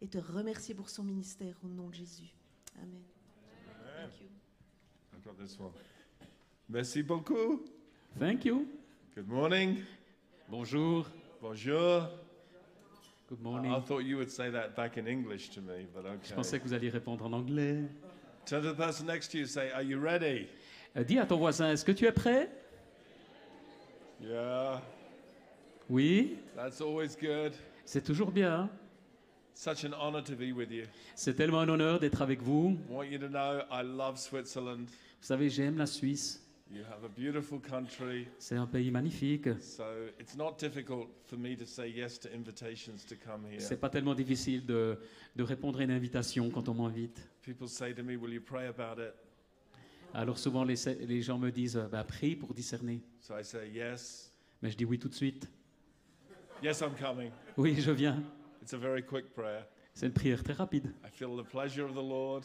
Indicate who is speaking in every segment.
Speaker 1: et te remercier pour son ministère au nom de Jésus. Amen. Thank you.
Speaker 2: I've got this one. Merci beaucoup.
Speaker 3: Thank you.
Speaker 2: Good morning.
Speaker 3: Bonjour. Ah,
Speaker 2: Bonjour.
Speaker 3: Good
Speaker 2: I
Speaker 3: morning.
Speaker 2: thought you would say that back in English to me, but
Speaker 3: Je pensais
Speaker 2: okay.
Speaker 3: que vous alliez répondre en anglais.
Speaker 2: Turn to the person next to you. Say, "Are you ready?"
Speaker 3: Euh, Dis à ton voisin, est-ce que tu es prêt
Speaker 2: Yeah.
Speaker 3: Oui,
Speaker 2: That's always good.
Speaker 3: c'est toujours bien. hein.
Speaker 2: Such an honor to be with you.
Speaker 3: C'est tellement un honneur d'être avec vous. Vous
Speaker 2: I want you to know I love Switzerland.
Speaker 3: savez, j'aime la Suisse.
Speaker 2: You have a beautiful country.
Speaker 3: C'est un pays magnifique.
Speaker 2: So it's not difficult for me to say yes to invitations to come here.
Speaker 3: C'est pas tellement difficile de, de répondre à une invitation quand on m'invite.
Speaker 2: People say to me, Will you pray about it?
Speaker 3: Alors souvent, les, les gens me disent, euh, bah, prie pour discerner.
Speaker 2: So I say, Yes.
Speaker 3: Mais je dis oui tout de suite.
Speaker 2: Yes, I'm coming.
Speaker 3: Oui, je viens.
Speaker 2: It's a very quick prayer.
Speaker 3: C'est une prière très rapide.
Speaker 2: I feel the pleasure of the Lord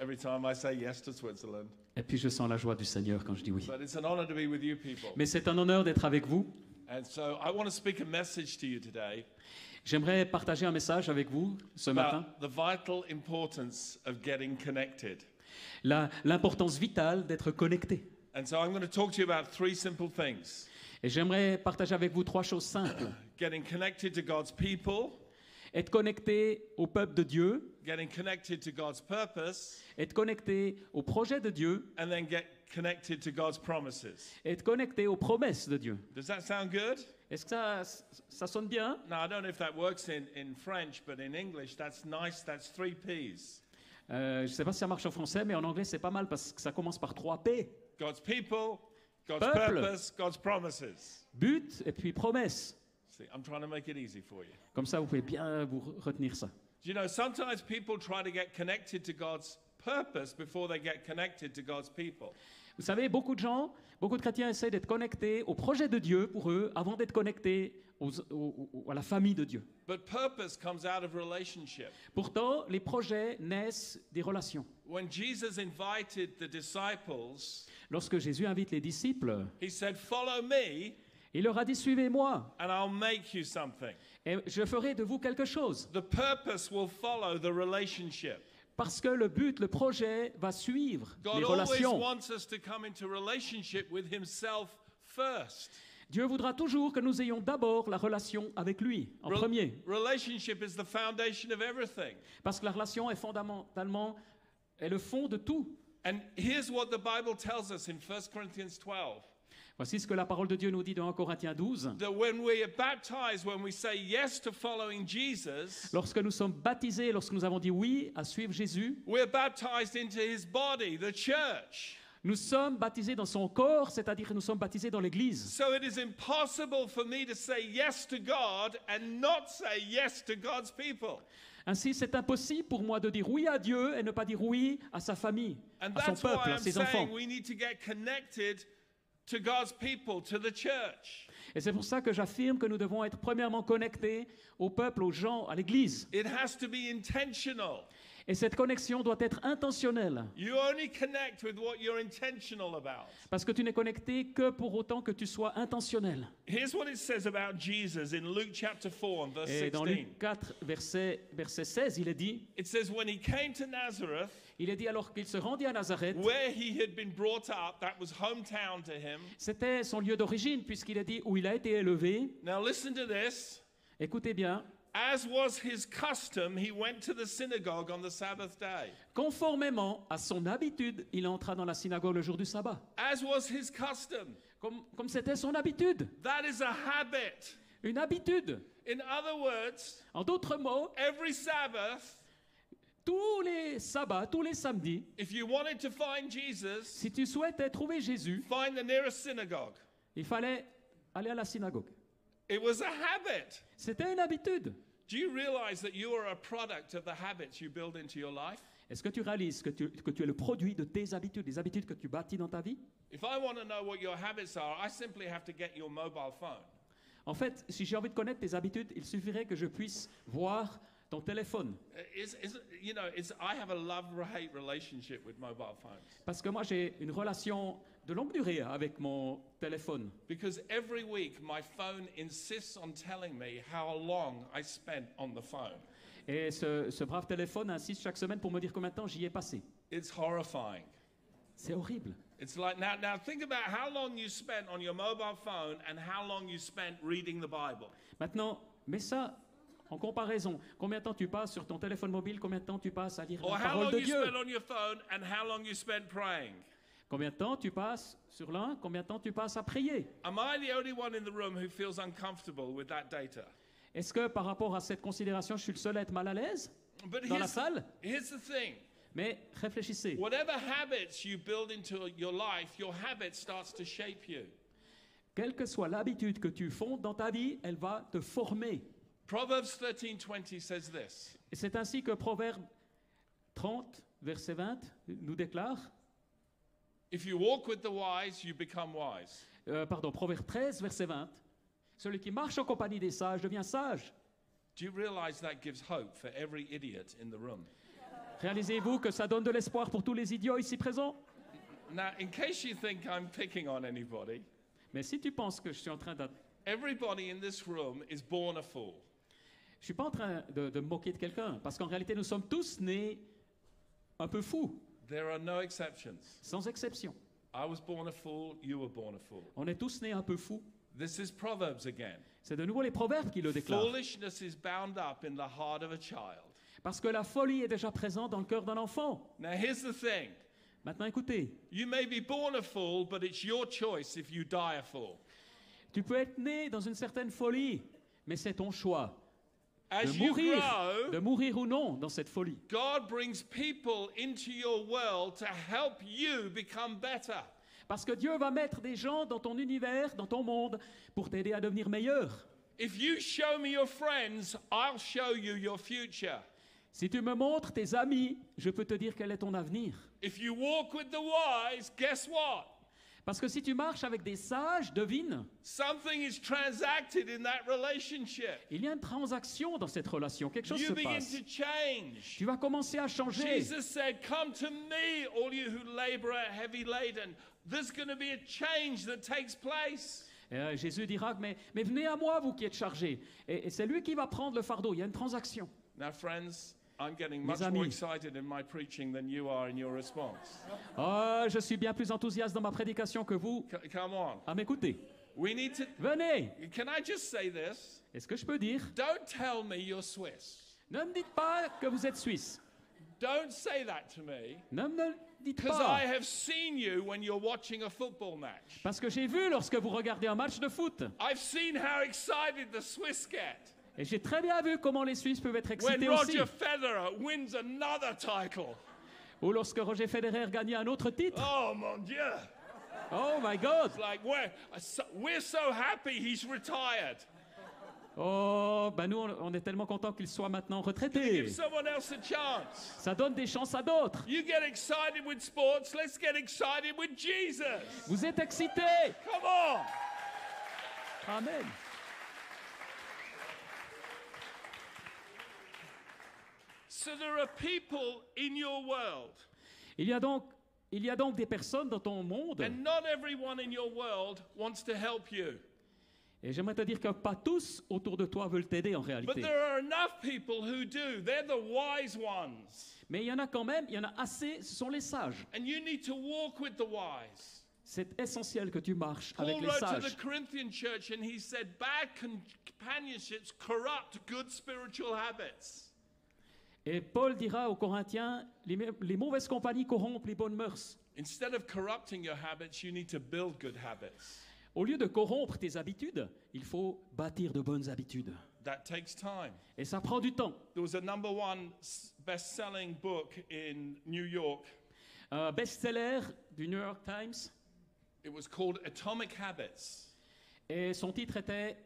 Speaker 2: every time I say yes to Switzerland.
Speaker 3: Et puis je sens la joie du Seigneur quand je dis oui.
Speaker 2: But it's an honor to be with you people.
Speaker 3: Mais c'est un honneur d'être avec vous.
Speaker 2: And so I want to speak a message to you today
Speaker 3: J'aimerais partager un message avec vous ce
Speaker 2: Bah.
Speaker 3: matin.
Speaker 2: about the vital importance of getting connected.
Speaker 3: La- L'importance vitale d'être connecté.
Speaker 2: And so I'm going to talk to you about three simple things
Speaker 3: Et j'aimerais partager avec vous trois choses simples.
Speaker 2: getting connected to God's people,
Speaker 3: Être connecté au peuple de Dieu,
Speaker 2: getting connected to God's purpose,
Speaker 3: être connecté au projet de Dieu,
Speaker 2: and then get connected to God's promises.
Speaker 3: être connecté aux promesses de Dieu.
Speaker 2: Does that sound good?
Speaker 3: Est-ce que ça, ça sonne bien
Speaker 2: Now, I don't know if that works in, in French, but in English, that's nice. That's three P's
Speaker 3: Euh, Je ne sais pas si ça marche en français, mais en anglais c'est pas mal parce que ça commence par 3 P.
Speaker 2: God's people, God's
Speaker 3: Peuple.
Speaker 2: purpose, God's promises.
Speaker 3: But et puis promesse.
Speaker 2: See, I'm trying to make it easy for you.
Speaker 3: Comme ça vous pouvez bien vous retenir ça.
Speaker 2: Do you know, sometimes people try to get connected to God's purpose before they get connected to God's people.
Speaker 3: Vous savez, beaucoup de gens, beaucoup de chrétiens essaient d'être connectés au projet de Dieu pour eux avant d'être connectés aux- au- au- à la famille de Dieu.
Speaker 2: But purpose comes out of relationship.
Speaker 3: Pourtant, les projets naissent des relations.
Speaker 2: When Jesus invited the disciples,
Speaker 3: Lorsque Jésus invite les disciples,
Speaker 2: he said, Follow me,
Speaker 3: il leur a dit Suivez-moi
Speaker 2: and I'll make you something.
Speaker 3: et je ferai de vous quelque chose.
Speaker 2: The purpose will follow the relationship.
Speaker 3: Parce que le but, le projet va suivre
Speaker 2: God
Speaker 3: les
Speaker 2: always
Speaker 3: relations.
Speaker 2: wants us to come into relationship with Himself first.
Speaker 3: Dieu voudra toujours que nous ayons d'abord la relation avec lui, en
Speaker 2: Re-
Speaker 3: premier.
Speaker 2: Relationship is the foundation of everything.
Speaker 3: Parce que la relation est fondamentalement, est le fond de tout.
Speaker 2: And here's what the Bible tells us in 1 Corinthians 12
Speaker 3: Voici ce que la parole de Dieu nous dit dans 1 Corinthiens 12.
Speaker 2: that when we are baptized, when we say yes to following Jesus,
Speaker 3: Lorsque nous sommes baptisés, lorsque nous avons dit oui à suivre Jésus,
Speaker 2: we're baptized into His body, the church.
Speaker 3: nous sommes baptisés dans son corps, c'est-à-dire que nous sommes baptisés dans l'Église.
Speaker 2: So it is impossible for me to say yes to God and not say yes to God's people.
Speaker 3: Ainsi, c'est impossible pour moi de dire oui à Dieu et ne pas dire oui à sa famille,
Speaker 2: And
Speaker 3: à son
Speaker 2: that's why
Speaker 3: peuple, à
Speaker 2: I'm
Speaker 3: ses enfants.
Speaker 2: saying we need to get connected to God's people, to the church.
Speaker 3: Et c'est pour ça que j'affirme que nous devons être premièrement connectés au peuple, aux gens, à l'Église.
Speaker 2: It has to be intentional.
Speaker 3: Et cette connexion doit être intentionnelle,
Speaker 2: You only connect with what you're intentional about.
Speaker 3: parce que tu n'es connecté que pour autant que tu sois intentionnel.
Speaker 2: Here's what it says about Jesus in Luke chapter 4 and verse
Speaker 3: Et dans
Speaker 2: 16.
Speaker 3: Luc 4, verset, verset 16, il est dit,
Speaker 2: It says, When he came to Nazareth,
Speaker 3: il est dit alors qu'il se rendit à Nazareth,
Speaker 2: where he had been brought up, that was hometown to him.
Speaker 3: C'était son lieu d'origine, puisqu'il a dit où il a été élevé.
Speaker 2: Now listen to this.
Speaker 3: Écoutez bien.
Speaker 2: As was his custom, he went to the synagogue on the Sabbath day.
Speaker 3: Conformément à son habitude, il entra dans la synagogue le jour du sabbat.
Speaker 2: As was his custom.
Speaker 3: Comme comme c'était son habitude.
Speaker 2: That is a habit.
Speaker 3: Une habitude.
Speaker 2: In other words,
Speaker 3: En d'autres mots,
Speaker 2: every Sabbath,
Speaker 3: tous les sabbats, tous les samedis,
Speaker 2: if you wanted to find Jesus,
Speaker 3: si tu souhaitais trouver Jésus,
Speaker 2: find the nearest synagogue.
Speaker 3: il fallait aller à la synagogue.
Speaker 2: It was a habit.
Speaker 3: C'était une habitude.
Speaker 2: Do you realize that you are a product of the habits you build into your life?
Speaker 3: Est-ce que tu réalises que tu, que tu es le produit de tes habitudes, des habitudes que tu bâtis dans ta vie
Speaker 2: If I want to know what your habits are, I simply have to get your mobile phone.
Speaker 3: En fait, si j'ai envie de connaître tes habitudes, il suffirait que je puisse voir ton téléphone.
Speaker 2: Uh, Is, is, you know, is, I have a love or hate relationship with mobile phones
Speaker 3: Parce que moi, j'ai une relation de longue durée avec mon téléphone.
Speaker 2: because every week my phone insists on telling me how long I spent on the phone.
Speaker 3: Et ce, ce brave téléphone insiste chaque semaine pour me dire combien de temps j'y ai passé.
Speaker 2: It's horrifying.
Speaker 3: C'est horrible.
Speaker 2: It's like now now think about how long you spent on your mobile phone and how long you spent reading the Bible.
Speaker 3: Maintenant, mets ça en comparaison. Combien de temps tu passes sur ton téléphone mobile Combien de temps tu passes à lire
Speaker 2: Or
Speaker 3: la
Speaker 2: how
Speaker 3: parole
Speaker 2: long
Speaker 3: de
Speaker 2: Oh, you
Speaker 3: Dieu
Speaker 2: spent on your phone and how long you spent praying.
Speaker 3: Combien de temps tu passes sur l'un Combien de temps tu passes à prier
Speaker 2: Am I the only one in the room who feels uncomfortable with that data?
Speaker 3: Est-ce que par rapport à cette considération, je suis le seul à être mal à l'aise
Speaker 2: But
Speaker 3: dans la
Speaker 2: here's,
Speaker 3: salle
Speaker 2: here's the thing.
Speaker 3: Mais réfléchissez.
Speaker 2: Whatever habits you build into your life, your habit starts to shape you.
Speaker 3: Quelle que soit l'habitude que tu fondes dans ta vie, elle va te former.
Speaker 2: Proverbs 13:20 says this.
Speaker 3: Et c'est ainsi que Proverbe 30, verset 20, nous déclare,
Speaker 2: If you walk with the wise, you become wise.
Speaker 3: euh, pardon, Proverbe 13, verset 20, celui qui marche en compagnie des sages devient sage.
Speaker 2: Do you realize that gives hope for every idiot in the room?
Speaker 3: Réalisez-vous que ça donne de l'espoir pour tous les idiots ici présents
Speaker 2: Now, in case you think I'm picking on anybody,
Speaker 3: Mais si tu penses que je suis en train de...
Speaker 2: everybody in this room is born a fool.
Speaker 3: Je suis pas en train de, de me moquer de quelqu'un, parce qu'en réalité, nous sommes tous nés un peu fous,
Speaker 2: There are no exceptions.
Speaker 3: sans exception.
Speaker 2: I was born a fool, you were born a fool.
Speaker 3: On est tous nés un peu fous.
Speaker 2: This is Proverbs again.
Speaker 3: C'est de nouveau les proverbes qui le déclarent.
Speaker 2: Foolishness is bound up in the heart of a child.
Speaker 3: Parce que la folie est déjà présente dans le cœur d'un enfant.
Speaker 2: Now, here's the thing
Speaker 3: Maintenant, écoutez,
Speaker 2: you may be born a fool, but it's your choice if you die a fool.
Speaker 3: tu peux être né dans une certaine folie, mais c'est ton choix de
Speaker 2: As you
Speaker 3: mourir,
Speaker 2: grow,
Speaker 3: de mourir ou non dans cette folie.
Speaker 2: God brings people into your world to help you become better.
Speaker 3: Parce que Dieu va mettre des gens dans ton univers, dans ton monde, pour t'aider à devenir meilleur.
Speaker 2: If you show me your friends, I'll show you your future.
Speaker 3: Si tu me montres tes amis, je peux te dire quel est ton avenir.
Speaker 2: If you walk with the wise, guess what?
Speaker 3: Parce que si tu marches avec des sages, devine,
Speaker 2: Something is transacted in that relationship.
Speaker 3: il y a une transaction dans cette relation, quelque chose
Speaker 2: You
Speaker 3: se
Speaker 2: begin
Speaker 3: passe.
Speaker 2: to change.
Speaker 3: Tu vas commencer à changer.
Speaker 2: Jesus said, Come to me, all you who labor are heavy laden. There's going to be a change that takes place.
Speaker 3: Euh, Jésus dira, mais, mais venez à moi, vous qui êtes chargés. Et, et c'est lui qui va prendre le fardeau. Il y a une transaction.
Speaker 2: Now, friends, I'm getting
Speaker 3: Mes
Speaker 2: much more
Speaker 3: amis.
Speaker 2: excited in my preaching than you are in your response.
Speaker 3: Oh, je suis bien plus enthousiaste dans ma prédication que vous
Speaker 2: C- come on.
Speaker 3: à m'écouter.
Speaker 2: We need to.
Speaker 3: Ah, Venez.
Speaker 2: Can I just say this?
Speaker 3: Est-ce que je peux dire
Speaker 2: Don't tell me you're Swiss.
Speaker 3: Ne me dites pas que vous êtes suisse.
Speaker 2: Don't say that to me.
Speaker 3: Ne me le dites
Speaker 2: Because I
Speaker 3: pas.
Speaker 2: have seen you when you're watching a football match.
Speaker 3: Parce que j'ai vu lorsque vous regardez un match de foot.
Speaker 2: I've seen how excited the Swiss get
Speaker 3: Et j'ai très bien vu comment les Suisses peuvent être
Speaker 2: when
Speaker 3: excités aussi.
Speaker 2: Roger Federer wins another title.
Speaker 3: Ou lorsque Roger Federer gagnait un autre titre.
Speaker 2: Oh mon Dieu!
Speaker 3: Oh my God.
Speaker 2: It's like we're uh, so, we're so happy he's retired.
Speaker 3: Oh, ben nous, on, on est tellement contents qu'il soit maintenant retraité.
Speaker 2: Give someone else a chance.
Speaker 3: Ça donne des chances à d'autres.
Speaker 2: You get excited with sports. Let's get excited with Jesus.
Speaker 3: Vous êtes excités.
Speaker 2: Come on!
Speaker 3: Amen.
Speaker 2: So there are people in your world,
Speaker 3: Il y a donc, il y a donc des personnes dans ton monde,
Speaker 2: and not everyone in your world wants to help you.
Speaker 3: et j'aimerais te dire que pas tous autour de toi veulent t'aider en
Speaker 2: But
Speaker 3: réalité.
Speaker 2: there are enough people who do. They're the wise ones.
Speaker 3: Mais il y en a quand même, il y en a assez, ce sont les sages.
Speaker 2: And you need to walk with the wise.
Speaker 3: C'est essentiel que tu marches avec
Speaker 2: Paul
Speaker 3: les
Speaker 2: wrote to the
Speaker 3: sages.
Speaker 2: Corinthian church and he said, Bad con- companionships corrupt good spiritual habits.
Speaker 3: Et Paul dira aux Corinthiens, les, mé- les mauvaises compagnies corrompent les bonnes mœurs.
Speaker 2: Instead of corrupting your habits, you need to build good habits.
Speaker 3: Au lieu de corrompre tes habitudes, il faut bâtir de bonnes habitudes.
Speaker 2: That takes time.
Speaker 3: Et ça prend du temps.
Speaker 2: There was a number one best selling book in New York.
Speaker 3: Un best-seller du New York Times,
Speaker 2: It was called Atomic Habits.
Speaker 3: et son titre était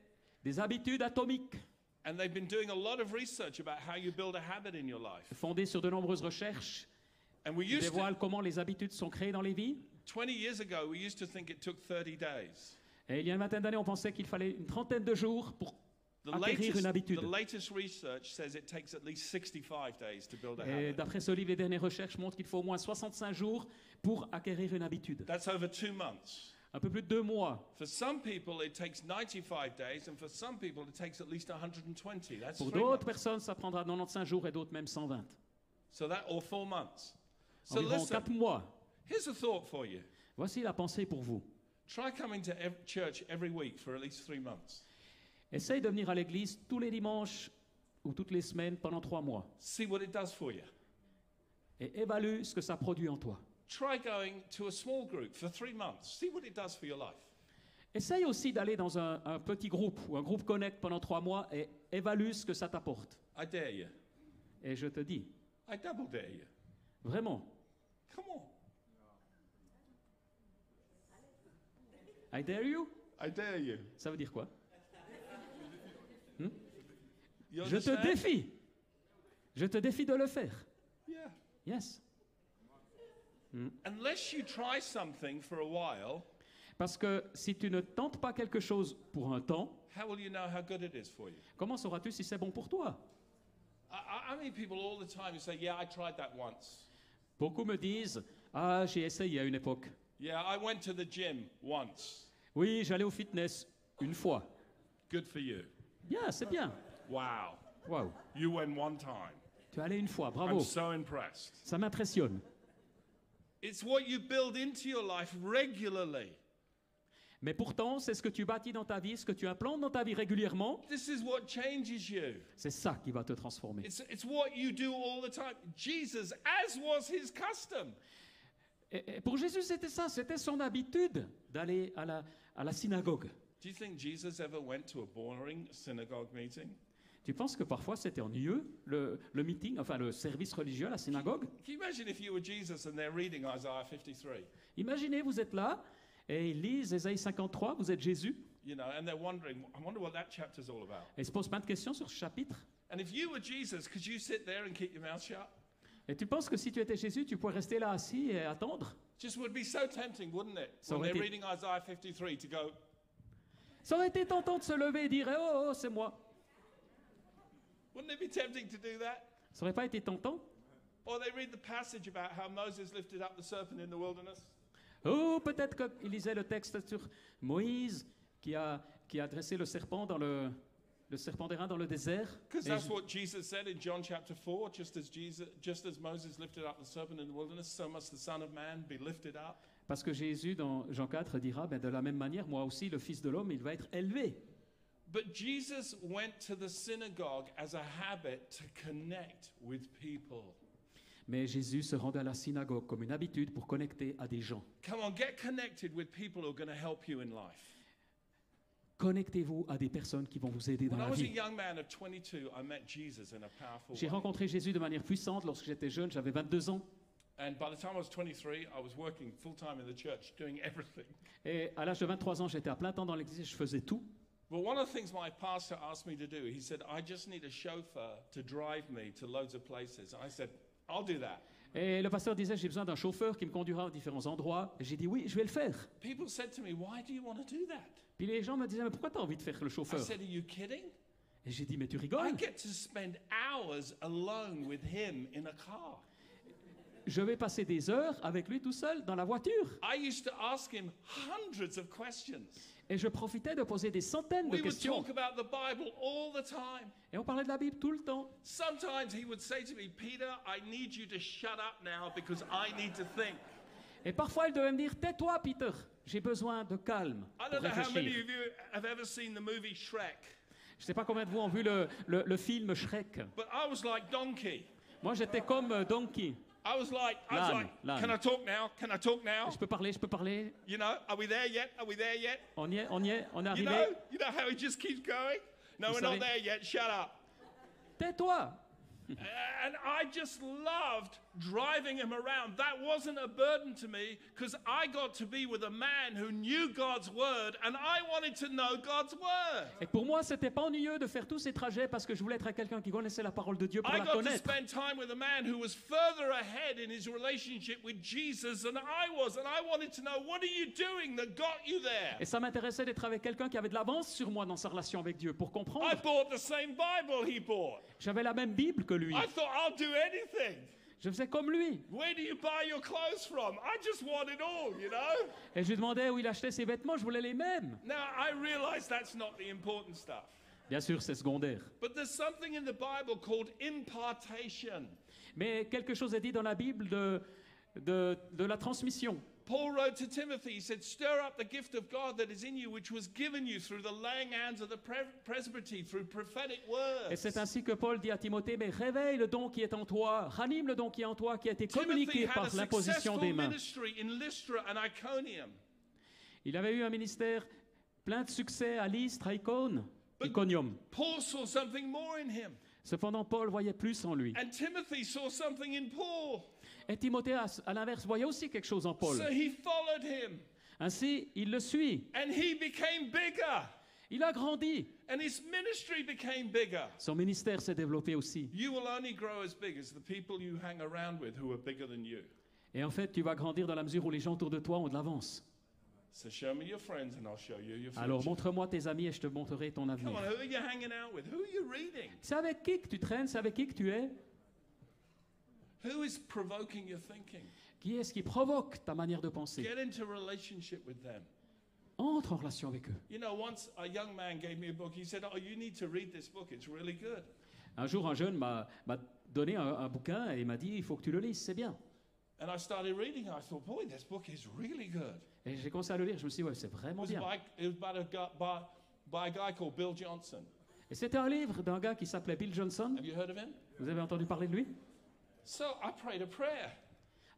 Speaker 3: Des habitudes atomiques.
Speaker 2: And they've been doing a lot of research about how you build a habit in your life.
Speaker 3: fondée sur de nombreuses recherches,
Speaker 2: And we
Speaker 3: qui
Speaker 2: used to,
Speaker 3: dévoile comment les habitudes sont créées dans les vies.
Speaker 2: 20 years ago, we used to think it took 30 days.
Speaker 3: Et il y a une vingtaine d'années, on pensait qu'il fallait une trentaine de jours pour.
Speaker 2: The
Speaker 3: Acquérir
Speaker 2: latest,
Speaker 3: Ah, une habitude.
Speaker 2: the latest research says it takes at least 65 days to build a
Speaker 3: Et
Speaker 2: habit.
Speaker 3: d'après ce livre, les dernières recherches montrent qu'il faut au moins 65 jours pour acquérir une habitude.
Speaker 2: That's over two months.
Speaker 3: un peu plus de deux mois.
Speaker 2: For some people, it takes 95 days, and for some people, it takes at least 120. That's
Speaker 3: Pour
Speaker 2: three
Speaker 3: d'autres
Speaker 2: months.
Speaker 3: personnes, ça prendra 95 jours et d'autres même 120.
Speaker 2: So that, or four months. So
Speaker 3: Environ
Speaker 2: listen,
Speaker 3: 4 mois.
Speaker 2: here's a thought for you.
Speaker 3: Voici la pensée pour vous.
Speaker 2: Try coming to ev- church every week for at least three months.
Speaker 3: Essaye de venir à l'église tous les dimanches ou toutes les semaines pendant 3 mois
Speaker 2: See what it does for you.
Speaker 3: et évalue ce que ça produit en toi.
Speaker 2: Try going to a small group for three months. See what it does for your life.
Speaker 3: Essaye aussi d'aller dans un, un petit groupe ou un groupe connect pendant 3 mois et évalue ce que ça t'apporte.
Speaker 2: I dare you.
Speaker 3: Et je te dis,
Speaker 2: I double dare you.
Speaker 3: vraiment,
Speaker 2: Come on.
Speaker 3: I dare you,
Speaker 2: I dare you.
Speaker 3: ça veut dire quoi
Speaker 2: You
Speaker 3: Je te
Speaker 2: understand?
Speaker 3: défie. Je te défie de le faire.
Speaker 2: Yeah.
Speaker 3: Yes.
Speaker 2: Unless you try something for a while,
Speaker 3: Parce que si tu ne tentes pas quelque chose pour un temps,
Speaker 2: how will you know how good it is for you?
Speaker 3: comment sauras-tu si c'est bon pour toi
Speaker 2: I, I, I meet people all the time who say, Yeah, I tried that once.
Speaker 3: Beaucoup me disent Ah, j'ai essayé à une époque.
Speaker 2: Yeah, I went to the gym once.
Speaker 3: Oui, j'allais au fitness une fois.
Speaker 2: Good for you.
Speaker 3: Bien, c'est bien.
Speaker 2: Wow.
Speaker 3: Waouh.
Speaker 2: You went one time.
Speaker 3: Tu es allé une fois,
Speaker 2: I'm
Speaker 3: bravo.
Speaker 2: so impressed.
Speaker 3: Ça m'impressionne.
Speaker 2: It's what you build into your life regularly.
Speaker 3: Mais pourtant, c'est ce que tu bâtis dans ta vie, ce que tu implantes dans ta vie régulièrement,
Speaker 2: This is what changes you.
Speaker 3: c'est ça qui va te transformer.
Speaker 2: It's, it's what you do all the time. Jesus, as was his custom,
Speaker 3: Et- et pour Jésus, c'était ça, c'était son habitude d'aller à la, à la synagogue.
Speaker 2: Do you think Jesus ever went to a boring synagogue meeting?
Speaker 3: Tu penses que parfois c'était ennuyeux, le, le meeting, enfin le service religieux à la synagogue
Speaker 2: Can you imagine if you were Jesus and they're reading Isaiah 53,
Speaker 3: Imaginez, vous êtes là, et ils lisent Ésaïe 53, vous êtes Jésus,
Speaker 2: you know, and they're wondering, I wonder what that chapter's all about.
Speaker 3: et ils se posent plein de questions sur ce chapitre.
Speaker 2: And if you were Jesus, could you sit there and keep your mouth shut?
Speaker 3: Et tu penses que si tu étais Jésus, tu pourrais rester là assis et attendre
Speaker 2: Just would be so tempting, wouldn't it?
Speaker 3: Ça
Speaker 2: when
Speaker 3: aurait
Speaker 2: they're
Speaker 3: été-
Speaker 2: reading Isaiah 53 to go,
Speaker 3: Ça aurait été tentant de se lever et dire Eh Oh, oh, c'est moi !⁇
Speaker 2: wouldn't it be tempting to do that?
Speaker 3: Ça aurait pas été tentant
Speaker 2: Or they read the passage about how Moses lifted up the serpent in the wilderness.
Speaker 3: Oh, peut-être qu'il lisait le texte sur Moïse qui a, qui a dressé le serpent dans le, le serpent d'airain dans le désert.
Speaker 2: Because
Speaker 3: Et
Speaker 2: that's
Speaker 3: je-
Speaker 2: what Jesus said in John chapter 4 just as, Jesus, just as Moses lifted up the serpent in the wilderness, so must the Son of Man be lifted up.
Speaker 3: Parce que Jésus, dans Jean 4, dira, ben, de la même manière, moi aussi, le Fils de l'homme, il va être élevé.
Speaker 2: But Jesus went to the synagogue as a habit to connect with people.
Speaker 3: Mais Jésus se rendait à la synagogue comme une habitude pour connecter à des gens.
Speaker 2: Come on, get connected with people who are going to help you in life.
Speaker 3: Connectez-vous à des personnes qui vont vous aider dans
Speaker 2: When I
Speaker 3: la
Speaker 2: was a
Speaker 3: vie.
Speaker 2: young man of 22, I met Jesus in a powerful
Speaker 3: J'ai
Speaker 2: way.
Speaker 3: rencontré Jésus de manière puissante lorsque j'étais jeune, j'avais 22 ans.
Speaker 2: And by the time I was 23, I was working full time in the church, doing everything.
Speaker 3: Et à l'âge de 23 ans, j'étais à plein temps dans l'église, je faisais tout.
Speaker 2: But one of the things my pastor asked me to do, he said, I just need a chauffeur to drive me to loads of places. I said, I'll do that.
Speaker 3: Et le pasteur disait, j'ai besoin d'un chauffeur qui me conduira à différents endroits. Et J'ai dit, oui, je vais le faire.
Speaker 2: People said to me, Why do you want to do that?
Speaker 3: Puis les gens me disaient, mais pourquoi t'as envie de faire le
Speaker 2: I
Speaker 3: chauffeur
Speaker 2: said, Are you kidding?
Speaker 3: Et j'ai dit, mais tu
Speaker 2: I
Speaker 3: rigoles
Speaker 2: get to spend hours alone with him in a car.
Speaker 3: Je vais passer des heures avec lui tout seul dans la voiture.
Speaker 2: I used to ask him hundreds of questions.
Speaker 3: Et je profitais de poser des centaines de
Speaker 2: We would
Speaker 3: questions.
Speaker 2: talk about the Bible all the time.
Speaker 3: Et on parlait de la Bible tout le temps.
Speaker 2: Sometimes he would say to me, Peter, I need you to shut up now because I need to think.
Speaker 3: Et parfois, elle devait me dire Tais-toi, Peter, j'ai besoin de calme.
Speaker 2: I
Speaker 3: pour
Speaker 2: don't know how many of
Speaker 3: réfléchir.
Speaker 2: you have ever seen the movie Shrek,
Speaker 3: Je ne sais pas combien de vous ont vu le, le- le film Shrek.
Speaker 2: but I was like Donkey.
Speaker 3: Moi, j'étais comme euh, Donkey.
Speaker 2: I was like, I was
Speaker 3: Lan,
Speaker 2: like,
Speaker 3: Lan.
Speaker 2: can I talk now? Can I talk now?
Speaker 3: Je peux parler, je peux parler.
Speaker 2: You know, are we there yet? Are we there yet?
Speaker 3: On y est, on y est, on est
Speaker 2: You
Speaker 3: arrivé.
Speaker 2: know, you know how he just keeps going? No,
Speaker 3: Vous
Speaker 2: we're not
Speaker 3: savez-
Speaker 2: there yet. Shut up.
Speaker 3: Tais-toi
Speaker 2: And I just loved driving him around. That wasn't a burden to me because I got to be with a man who knew God's word and I wanted to know God's word.
Speaker 3: Et pour moi, c'était pas ennuyeux de faire tous ces trajets parce que je voulais être à quelqu'un qui connaissait la parole de Dieu pour
Speaker 2: I
Speaker 3: la
Speaker 2: got to
Speaker 3: connaître.
Speaker 2: spend time with a man who was further ahead in his relationship with Jesus than I was. And I wanted to know, what are you doing that got you there?
Speaker 3: Et ça m'intéressait d'être avec quelqu'un qui avait de l'avance sur moi dans sa relation avec Dieu pour
Speaker 2: I
Speaker 3: comprendre.
Speaker 2: bought the same Bible he bought.
Speaker 3: J'avais la même Bible que lui.
Speaker 2: I thought, I'll do anything.
Speaker 3: Je faisais comme lui.
Speaker 2: Where do you buy your clothes from? I just want it all, you know?
Speaker 3: Et je lui demandais où il achetait ses vêtements, je voulais les mêmes.
Speaker 2: Now, I realize that's not the important stuff.
Speaker 3: Bien sûr, c'est secondaire.
Speaker 2: But there's something in the Bible called impartation.
Speaker 3: Mais quelque chose est dit dans la Bible de, de, de la transmission.
Speaker 2: Paul wrote to Timothy, he said, Stir up the gift of God that is in you, which was given you through the laying hands of the pre- presbytery, through prophetic
Speaker 3: Et
Speaker 2: words.
Speaker 3: c'est ainsi que Paul dit à Timothée, mais réveille le don qui est en toi, ranime le don qui est en toi, qui a été
Speaker 2: Timothy
Speaker 3: communiqué
Speaker 2: had a
Speaker 3: par l'imposition
Speaker 2: successful
Speaker 3: des mains.
Speaker 2: ministry in Lystra and Iconium.
Speaker 3: Il avait eu un ministère plein de succès à Lystre, à Icône, Iconium.
Speaker 2: Paul saw something more in him,
Speaker 3: Cependant, Paul voyait plus en lui.
Speaker 2: and Timothy saw something in Paul.
Speaker 3: Et Timothée, à, à l'inverse, voyait aussi quelque chose en Paul.
Speaker 2: So he followed him,
Speaker 3: Ainsi, il le suit.
Speaker 2: and he became bigger,
Speaker 3: Il a grandi.
Speaker 2: and his ministry became bigger.
Speaker 3: Son ministère s'est développé aussi.
Speaker 2: You will only grow as big as the people you hang around with who are bigger than you.
Speaker 3: Et en fait, tu vas grandir dans la mesure où les gens autour de toi ont de l'avance.
Speaker 2: So show me your friends, and I'll show you your future.
Speaker 3: Alors montre-moi tes amis et je te montrerai ton
Speaker 2: Come on,
Speaker 3: avenir.
Speaker 2: who are you hanging out with? Who are you reading?
Speaker 3: C'est avec qui que tu traînes, c'est avec qui que tu es.
Speaker 2: Who is provoking your thinking?
Speaker 3: Qui est-ce qui provoque ta manière de penser
Speaker 2: Get into relationship with them.
Speaker 3: Entre en relation avec eux.
Speaker 2: You know, once a young man gave me a book. He said, "Oh, you need to read this book. It's really good."
Speaker 3: Un jour, un jeune m'a m'a donné un, un bouquin et m'a dit, il faut que tu le lises, c'est bien.
Speaker 2: And I started reading. I thought, "Boy, this book is really good."
Speaker 3: Et j'ai commencé à le lire, je me suis dit, ouais, c'est vraiment
Speaker 2: It was
Speaker 3: bien.
Speaker 2: by, it was by, a guy, by, by a guy called Bill Johnson.
Speaker 3: Et c'était un livre d'un gars qui s'appelait Bill Johnson.
Speaker 2: Have you heard of him?
Speaker 3: Vous avez entendu parler de lui
Speaker 2: So I prayed a prayer.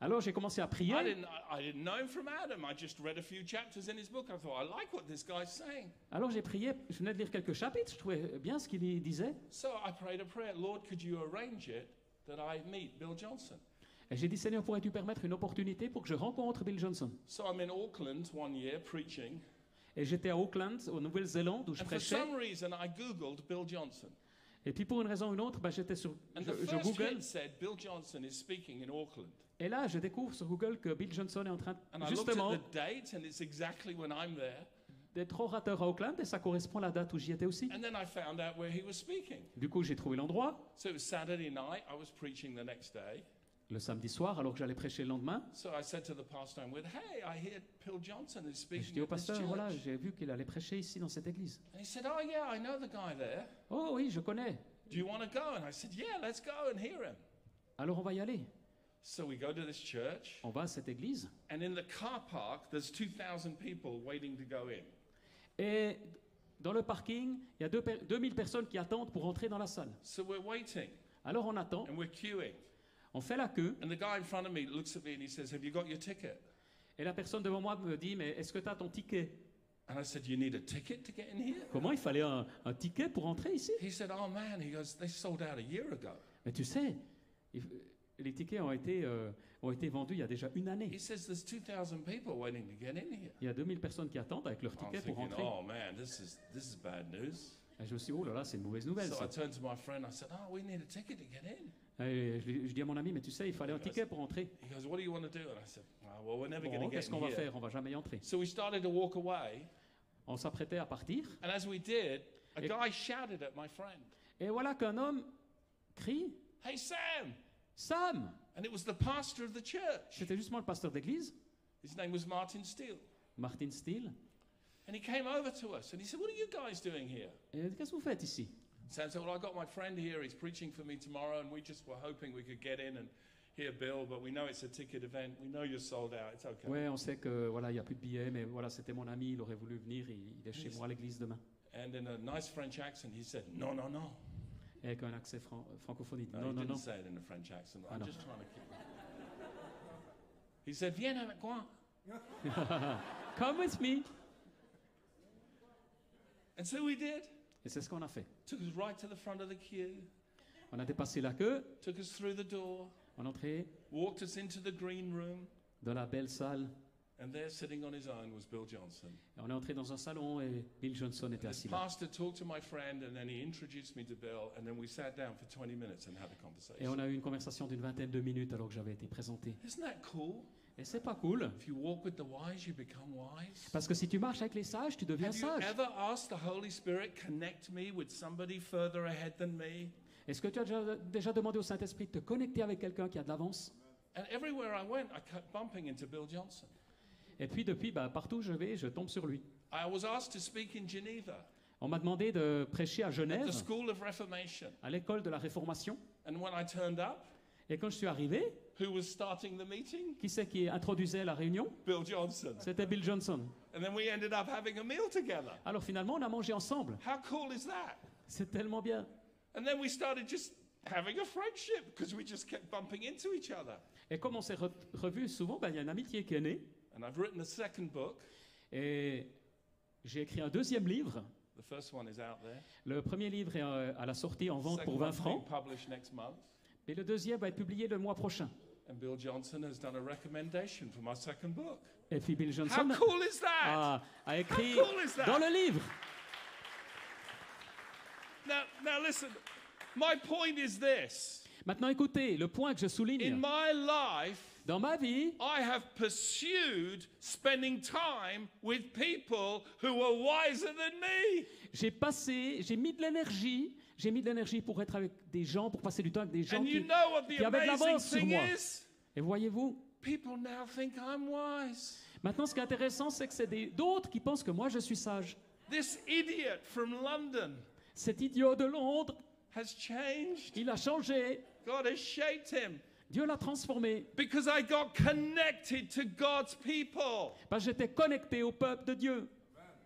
Speaker 3: Alors j'ai commencé à
Speaker 2: I
Speaker 3: prier.
Speaker 2: didn't, I, I didn't know him from Adam. I just read a few chapters in his book. I thought, I like what this guy's saying.
Speaker 3: Alors j'ai prié, je venais de lire quelques chapitres, je trouvais bien ce qu'il y disait.
Speaker 2: So I prayed a prayer. Lord, could you arrange it that I meet Bill Johnson?
Speaker 3: Et j'ai dit, Seigneur, pourrais-tu permettre une opportunité pour que je rencontre Bill Johnson
Speaker 2: So I'm in Auckland one year preaching,
Speaker 3: Et j'étais à Auckland, en Nouvelle-Zélande, où je
Speaker 2: and for
Speaker 3: prêchais.
Speaker 2: some reason I Googled Bill Johnson.
Speaker 3: Et puis pour une raison ou une autre, bah, j'étais sur
Speaker 2: And
Speaker 3: je,
Speaker 2: the
Speaker 3: je
Speaker 2: first
Speaker 3: Google.
Speaker 2: hit said Bill Johnson is speaking in Auckland.
Speaker 3: Et là, je découvre sur Google que Bill Johnson est en train
Speaker 2: And I
Speaker 3: justement
Speaker 2: looked at the date, and it's exactly when I'm there.
Speaker 3: d'être orateur à Auckland et ça correspond à la date où j'y étais aussi.
Speaker 2: And then I found out where he was speaking.
Speaker 3: Du coup, j'ai trouvé l'endroit
Speaker 2: So it was Saturday night. I was preaching the next day.
Speaker 3: le samedi soir alors que j'allais prêcher le lendemain.
Speaker 2: So I said to the pastor I'm with, "Hey, I hear Bill Johnson is
Speaker 3: Et je
Speaker 2: speaking
Speaker 3: dis au
Speaker 2: at this
Speaker 3: pasteur,
Speaker 2: church."
Speaker 3: voilà, j'ai vu qu'il allait prêcher ici dans cette église.
Speaker 2: And he said, "Oh yeah, I know the guy there.
Speaker 3: Oh oui, je connais.
Speaker 2: Do you want to go?" And I said, "Yeah, let's go and hear him."
Speaker 3: Alors on va y aller.
Speaker 2: So we go to this church,
Speaker 3: On va à cette église.
Speaker 2: and in the car park, there's 2,000 people waiting to go in.
Speaker 3: Et dans le parking, il y a deux per- 2000 personnes qui attendent pour entrer dans la salle.
Speaker 2: So we're waiting
Speaker 3: Alors on attend,
Speaker 2: and we're queuing.
Speaker 3: on fait la queue,
Speaker 2: And the guy in front of me looks at me and he says, Have you got your ticket?
Speaker 3: et la personne devant moi me dit, mais est-ce que tu as ton ticket
Speaker 2: And I said, You need a ticket to get in here?
Speaker 3: Comment il fallait un, un ticket pour entrer ici
Speaker 2: He said, Oh man, he goes, They sold out a year ago.
Speaker 3: Mais tu sais, il- les tickets ont été, euh, ont été vendus il y a déjà une
Speaker 2: He
Speaker 3: année.
Speaker 2: says, There's 2,000 people waiting to get in here.
Speaker 3: Il y a 2000 personnes qui attendent avec leur
Speaker 2: I'm
Speaker 3: ticket pour
Speaker 2: thinking,
Speaker 3: entrer.
Speaker 2: Oh man, this is, this is bad news.
Speaker 3: Et je me suis dit, oh là là, c'est une mauvaise nouvelle.
Speaker 2: So I
Speaker 3: ça.
Speaker 2: turned to my friend, I said, Oh, we need a ticket to get in.
Speaker 3: Et je, lui- je dis à mon ami, mais tu sais, il fallait un ticket pour entrer.
Speaker 2: He goes, What do you want to do? And I said, oh, Well, we're never
Speaker 3: Bon,
Speaker 2: going to get
Speaker 3: qu'est-ce
Speaker 2: in
Speaker 3: qu'on va
Speaker 2: here.
Speaker 3: faire On va jamais y entrer.
Speaker 2: So we started to walk away.
Speaker 3: On s'apprêtait à partir,
Speaker 2: And as we did, a
Speaker 3: It-
Speaker 2: guy shouted at my friend,
Speaker 3: et voilà qu'un homme crie,
Speaker 2: Hey, Sam!
Speaker 3: Sam
Speaker 2: And it was the pastor of the church.
Speaker 3: C'était justement le pasteur d'église,
Speaker 2: His name was Martin Steele.
Speaker 3: Martin Steele.
Speaker 2: And he came over to us and he said, What are you guys doing here?
Speaker 3: Et qu'est-ce que vous faites ici
Speaker 2: Sam said, Well, I got my friend here. He's preaching for me tomorrow. And we just were hoping we could get in and hear Bill, but we know it's a ticket event. We know you're sold out. It's okay.
Speaker 3: Ouais, on sait que voilà, il y a plus de billets, mais voilà, c'était mon ami, il aurait voulu venir, il, il est chez moi à l'église demain.
Speaker 2: and in a nice French accent, he said, No, no, no.
Speaker 3: Et avec un accent fran- francophone, il dit
Speaker 2: No,
Speaker 3: non,
Speaker 2: he
Speaker 3: non,
Speaker 2: didn't
Speaker 3: non.
Speaker 2: say it in a French accent.
Speaker 3: Ah,
Speaker 2: I'm
Speaker 3: no.
Speaker 2: just trying to keep He said, Viens avec moi.
Speaker 3: Come with me.
Speaker 2: And so we did.
Speaker 3: Et c'est ce qu'on a fait.
Speaker 2: Took us right to the front of the queue,
Speaker 3: On a dépassé la queue,
Speaker 2: took us through the door,
Speaker 3: on est entré
Speaker 2: walked us into the green room.
Speaker 3: dans la belle salle.
Speaker 2: And there, sitting on his own, was Bill Johnson.
Speaker 3: Et on est entré dans un salon et Bill Johnson était
Speaker 2: This
Speaker 3: assis là.
Speaker 2: pastor talked to my friend, and then he introduced me to Bill, and then we sat down for 20 minutes and had a
Speaker 3: Et on
Speaker 2: conversation.
Speaker 3: a eu une conversation d'une vingtaine de minutes alors que j'avais été présenté.
Speaker 2: Isn't that cool?
Speaker 3: Et c'est pas cool.
Speaker 2: If you walk with the wise, you become wise.
Speaker 3: Parce que si tu marches avec les sages, tu deviens
Speaker 2: Have you
Speaker 3: sage.
Speaker 2: ever asked the Holy Spirit, connect me with somebody further ahead than me?
Speaker 3: Est-ce que tu as déjà- déjà demandé au Saint-Esprit de te connecter avec quelqu'un qui a de l'avance
Speaker 2: And everywhere I went, I kept bumping into Bill Johnson.
Speaker 3: Et puis depuis, bah, partout où je vais, je tombe sur lui.
Speaker 2: I was asked to speak in Geneva
Speaker 3: On m'a demandé de prêcher à
Speaker 2: at
Speaker 3: Genève,
Speaker 2: the School of Reformation.
Speaker 3: à l'école de la Réformation.
Speaker 2: And when I turned up,
Speaker 3: Et quand je suis arrivé,
Speaker 2: who was starting the meeting?
Speaker 3: qui c'est qui introduisait la réunion
Speaker 2: Bill Johnson.
Speaker 3: C'était Bill Johnson.
Speaker 2: And then we ended up having a meal together.
Speaker 3: Alors finalement, on a mangé ensemble.
Speaker 2: How cool is that?
Speaker 3: C'est tellement bien.
Speaker 2: And then we started just having a friendship because we just kept bumping into each other.
Speaker 3: Et comme on s'est re- revus souvent, bah, il y a une amitié qui est née.
Speaker 2: And I've written a second book.
Speaker 3: Et j'ai écrit un deuxième livre.
Speaker 2: The first one is out there.
Speaker 3: Le premier livre est euh, à la sortie en vente
Speaker 2: Second
Speaker 3: pour 20
Speaker 2: one's being
Speaker 3: francs.
Speaker 2: published next month.
Speaker 3: Et le deuxième va être publié le mois prochain.
Speaker 2: And Bill Johnson has done a recommendation for my second book.
Speaker 3: Et puis Bill
Speaker 2: How
Speaker 3: Johnson
Speaker 2: cool is that?
Speaker 3: a, a écrit
Speaker 2: How cool is that?
Speaker 3: dans le livre.
Speaker 2: Now, now listen. My point is this.
Speaker 3: Maintenant, écoutez, le point que je
Speaker 2: In
Speaker 3: souligne,
Speaker 2: my life,
Speaker 3: dans ma vie,
Speaker 2: I have pursued spending time with people who are wiser than me.
Speaker 3: j'ai passé, j'ai mis de l'énergie, j'ai mis de l'énergie pour être avec des gens, pour passer du temps avec des gens.
Speaker 2: And you
Speaker 3: Qui...
Speaker 2: know what the
Speaker 3: qui avaient de
Speaker 2: amazing
Speaker 3: l'avance sur
Speaker 2: thing
Speaker 3: moi.
Speaker 2: is?
Speaker 3: Et voyez-vous,
Speaker 2: People now think I'm wise.
Speaker 3: maintenant, ce qui est intéressant, c'est que c'est des- d'autres qui pensent que moi, je suis sage.
Speaker 2: This idiot from London
Speaker 3: Cet idiot de Londres,
Speaker 2: has changed.
Speaker 3: il a changé.
Speaker 2: God has shaped him
Speaker 3: Dieu l'a transformé.
Speaker 2: because I got connected to God's people.
Speaker 3: Parce que j'étais connecté au peuple de Dieu.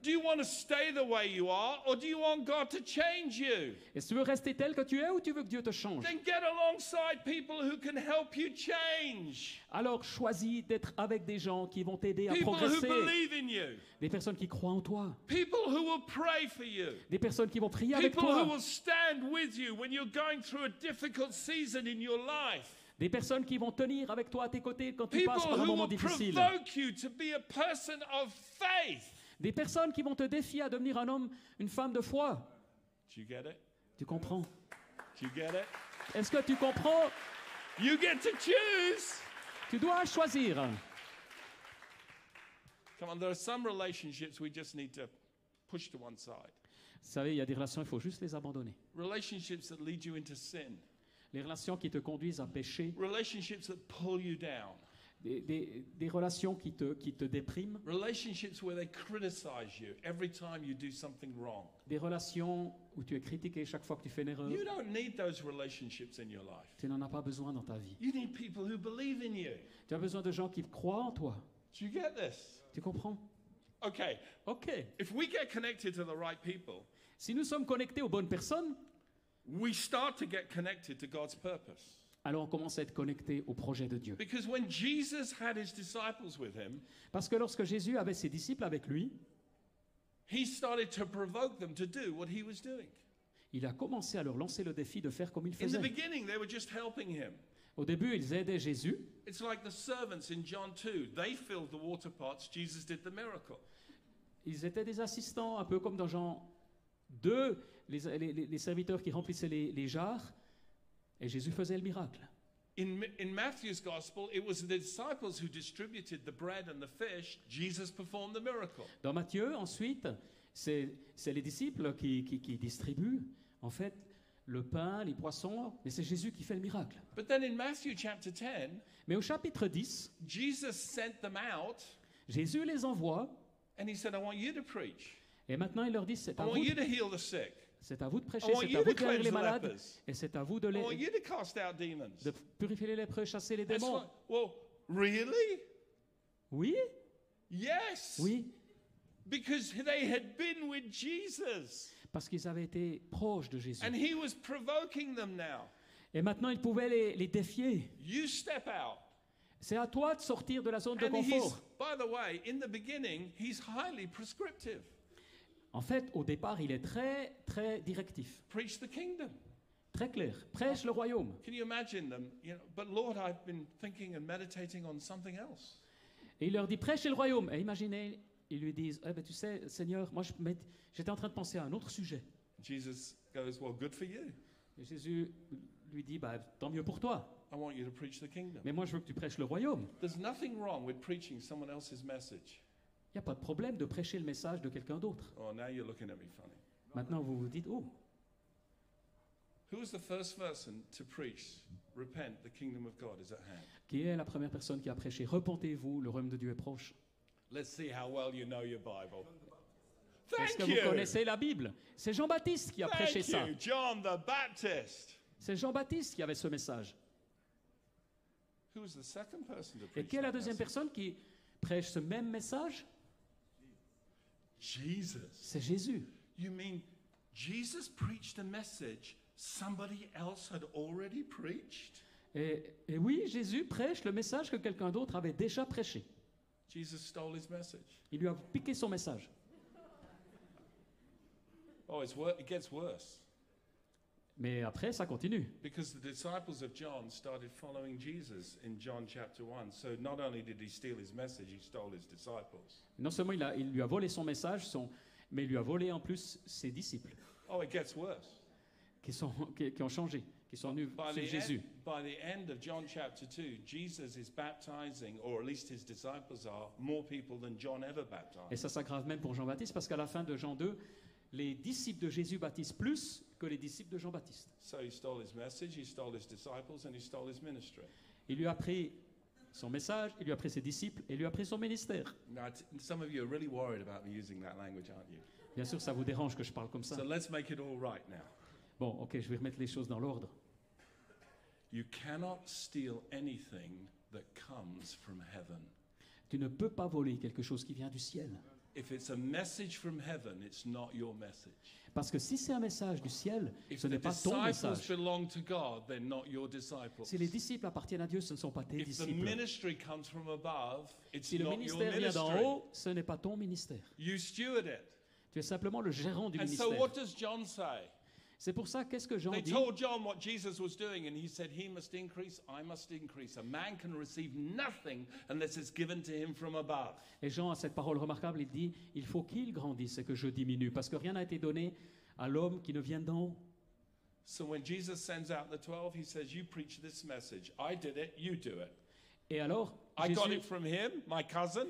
Speaker 2: Do you want to stay the way you are or do you want God to change you?
Speaker 3: Et si tu veux rester tel que tu es ou tu veux que Dieu te change
Speaker 2: Then get alongside people who can help you change.
Speaker 3: Alors choisis d'être avec des gens qui vont t'aider à
Speaker 2: People who
Speaker 3: progresser.
Speaker 2: believe in you.
Speaker 3: Des personnes qui croient en toi.
Speaker 2: People who will pray for you.
Speaker 3: Des personnes qui vont prier avec
Speaker 2: People who
Speaker 3: toi.
Speaker 2: will stand with you when you're going through a difficult season in your life.
Speaker 3: Des personnes qui vont tenir avec toi à tes côtés quand tu
Speaker 2: People
Speaker 3: passes par un
Speaker 2: who
Speaker 3: moment
Speaker 2: will
Speaker 3: difficile.
Speaker 2: provoke you to be a person of faith.
Speaker 3: Des personnes qui vont te défier à devenir un homme, une femme de foi.
Speaker 2: Do you get it?
Speaker 3: Tu comprends
Speaker 2: Do you get it?
Speaker 3: Est-ce que tu comprends
Speaker 2: You get to choose.
Speaker 3: Tu dois choisir.
Speaker 2: Come on, there are some relationships we just need to push to one side.
Speaker 3: Vous savez, il y a des relations, il faut juste les abandonner.
Speaker 2: Relationships that lead you into sin.
Speaker 3: Les relations qui te conduisent à pécher,
Speaker 2: Relationships that pull you down.
Speaker 3: des, des- des relations qui te, qui te dépriment,
Speaker 2: Relationships where they criticize you every time you do something wrong.
Speaker 3: des relations où tu es critiqué chaque fois que tu fais une erreur.
Speaker 2: You don't need those relationships in your life.
Speaker 3: Tu n'en as pas besoin dans ta vie.
Speaker 2: You need people who believe in you.
Speaker 3: Tu as besoin de gens qui croient en toi.
Speaker 2: Do you get this?
Speaker 3: Tu comprends
Speaker 2: Okay,
Speaker 3: Ok.
Speaker 2: if we get connected to the right people,
Speaker 3: Si nous sommes connectés aux bonnes personnes,
Speaker 2: we start to get connected to God's purpose.
Speaker 3: alors on commence à être connecté au projet de Dieu.
Speaker 2: Because when Jesus had his disciples with him,
Speaker 3: Parce que lorsque Jésus avait ses disciples avec lui,
Speaker 2: he started to provoke them to do what he was doing.
Speaker 3: il a commencé à leur lancer le défi de faire comme il
Speaker 2: In the
Speaker 3: faisait.
Speaker 2: beginning, they were just helping him.
Speaker 3: Au début, ils aidaient Jésus.
Speaker 2: It's like the servants in John 2. They filled the water pots, Jesus did the miracle.
Speaker 3: Ils étaient des assistants, un peu comme dans Jean 2, les, les- les- les serviteurs qui remplissaient les, les jarres, et Jésus faisait le miracle.
Speaker 2: In, Ma- in Matthew's gospel, it was the disciples who distributed the bread and the fish. Jesus performed the miracle.
Speaker 3: Dans Matthieu, ensuite, c'est c'est les disciples qui, qui- qui distribuent, en fait, le pain, les poissons, mais c'est Jésus qui fait le miracle.
Speaker 2: But then in Matthew chapter 10,
Speaker 3: Mais au chapitre 10,
Speaker 2: Jesus sent them out
Speaker 3: Jésus les envoie,
Speaker 2: and he said, I want you to preach.
Speaker 3: et maintenant il leur dit, c'est
Speaker 2: I
Speaker 3: à,
Speaker 2: want
Speaker 3: vous
Speaker 2: you to
Speaker 3: de-
Speaker 2: heal the sick.
Speaker 3: c'est à vous de prêcher,
Speaker 2: I want
Speaker 3: c'est
Speaker 2: you
Speaker 3: à vous
Speaker 2: to
Speaker 3: de guérir
Speaker 2: cleanse
Speaker 3: les
Speaker 2: the
Speaker 3: malades,
Speaker 2: lepers.
Speaker 3: et c'est à vous de,
Speaker 2: I
Speaker 3: les-
Speaker 2: want you to cast out demons.
Speaker 3: de purifier les lépreux, chasser les
Speaker 2: It's
Speaker 3: démons.
Speaker 2: like, well, really?
Speaker 3: Oui,
Speaker 2: Yes.
Speaker 3: oui,
Speaker 2: Because they had been with Jesus
Speaker 3: parce qu'ils avaient été proches de Jésus.
Speaker 2: and he was provoking them now.
Speaker 3: Et maintenant, ils pouvaient les, les défier.
Speaker 2: You step out.
Speaker 3: C'est à toi de sortir de la zone de
Speaker 2: And he's,
Speaker 3: confort.
Speaker 2: by the way, in the beginning, he's highly prescriptive.
Speaker 3: En fait, au départ, il est très, très directif,
Speaker 2: Preach the kingdom.
Speaker 3: très clair. Prêche le royaume.
Speaker 2: Can you imagine them? You know, but Lord, I've been thinking and meditating on something else.
Speaker 3: Et il leur dit, prêchez le royaume. Et imaginez, ils lui disent, eh ben, tu sais, Seigneur, moi, je m'ét- j'étais en train de penser à un autre sujet.
Speaker 2: Jesus goes, Well, good for you.
Speaker 3: Et Jésus lui dit, bah, tant mieux pour toi.
Speaker 2: I want you to preach the kingdom.
Speaker 3: Mais moi, je veux que tu prêches le royaume.
Speaker 2: There's nothing wrong with preaching someone else's message.
Speaker 3: Il n'y a pas de problème de prêcher le message de quelqu'un d'autre.
Speaker 2: Oh, now you're looking at me funny.
Speaker 3: Maintenant, vous vous dites, oh,
Speaker 2: Who was the first person to preach, repent, the kingdom of God is at hand?
Speaker 3: Qui est la première personne qui a prêché Repentez-vous, le royaume de Dieu est proche
Speaker 2: Let's see how well you know your Bible. Thank
Speaker 3: Est-ce que vous
Speaker 2: you.
Speaker 3: connaissez la Bible C'est Jean-Baptiste qui a prêché
Speaker 2: Thank
Speaker 3: ça.
Speaker 2: you, John the Baptist.
Speaker 3: C'est Jean-Baptiste qui avait ce message.
Speaker 2: Who was the second person to
Speaker 3: Et
Speaker 2: preach?
Speaker 3: qui est la
Speaker 2: that
Speaker 3: deuxième
Speaker 2: message?
Speaker 3: personne qui prêche ce même message
Speaker 2: Jesus.
Speaker 3: C'est Jésus.
Speaker 2: You mean Jesus preached a message somebody else had already preached?
Speaker 3: Et, et oui, Jésus prêche le message que quelqu'un d'autre avait déjà prêché.
Speaker 2: Jesus stole his message.
Speaker 3: Il lui a piqué son message.
Speaker 2: Oh, it's wor- it gets worse
Speaker 3: Mais après, ça continue.
Speaker 2: because the disciples of John started following Jesus in John chapter 1. So not only did he steal his message, he stole his disciples.
Speaker 3: Non seulement il, a- il lui a volé son message, son- mais il lui a volé en plus ses disciples,
Speaker 2: Oh, it gets worse.
Speaker 3: qui, sont, qui, qui ont changé, qui sont venus
Speaker 2: By the,
Speaker 3: suivre Jésus.
Speaker 2: end, by the end of John chapter 2, Jesus is baptizing, or at least his disciples are, more people than John ever
Speaker 3: Et
Speaker 2: baptized.
Speaker 3: ça s'aggrave même pour Jean-Baptiste, parce qu'à la fin de Jean 2, les disciples de Jésus baptisent plus que les disciples de Jean-Baptiste.
Speaker 2: So he stole his message, he stole his disciples, and he stole his ministry.
Speaker 3: Il lui a pris son message, il lui a pris ses disciples, et il lui a pris son ministère.
Speaker 2: Now, t- some of you are really worried about me using that language, aren't you?
Speaker 3: Bien sûr, ça vous dérange que je parle comme ça.
Speaker 2: So let's make it all right now.
Speaker 3: Bon, ok, je vais remettre les choses dans l'ordre.
Speaker 2: You cannot steal anything that comes from heaven.
Speaker 3: Tu ne peux pas voler quelque chose qui vient du ciel.
Speaker 2: If it's a message from heaven, it's not your message.
Speaker 3: Parce que si c'est un message du ciel,
Speaker 2: If
Speaker 3: ce
Speaker 2: the
Speaker 3: n'est pas ton
Speaker 2: disciples
Speaker 3: message.
Speaker 2: belong to God, they're not your disciples.
Speaker 3: Si les disciples appartiennent à Dieu, ce ne sont pas tes
Speaker 2: If the
Speaker 3: disciples.
Speaker 2: ministry comes from above, it's
Speaker 3: Si le
Speaker 2: not your
Speaker 3: ministère vient d'en
Speaker 2: ministry.
Speaker 3: haut, ce n'est pas ton ministère.
Speaker 2: You steward it.
Speaker 3: Tu es simplement le gérant du
Speaker 2: And so,
Speaker 3: ministère.
Speaker 2: what does John say?
Speaker 3: C'est pour ça, qu'est-ce que Jean
Speaker 2: They
Speaker 3: dit
Speaker 2: told John what Jesus was doing, and he said, He must increase, I must increase. A man can receive nothing unless it's given to him from above.
Speaker 3: Et Jean a cette parole remarquable, il dit, il faut qu'il grandisse et que je diminue, parce que rien n'a été donné à l'homme qui ne vient d'en haut.
Speaker 2: So, when Jesus sends out the 12, he says, You preach this message. I did it, you do it.
Speaker 3: Et alors,
Speaker 2: I got
Speaker 3: Jésus,
Speaker 2: it from him, my cousin.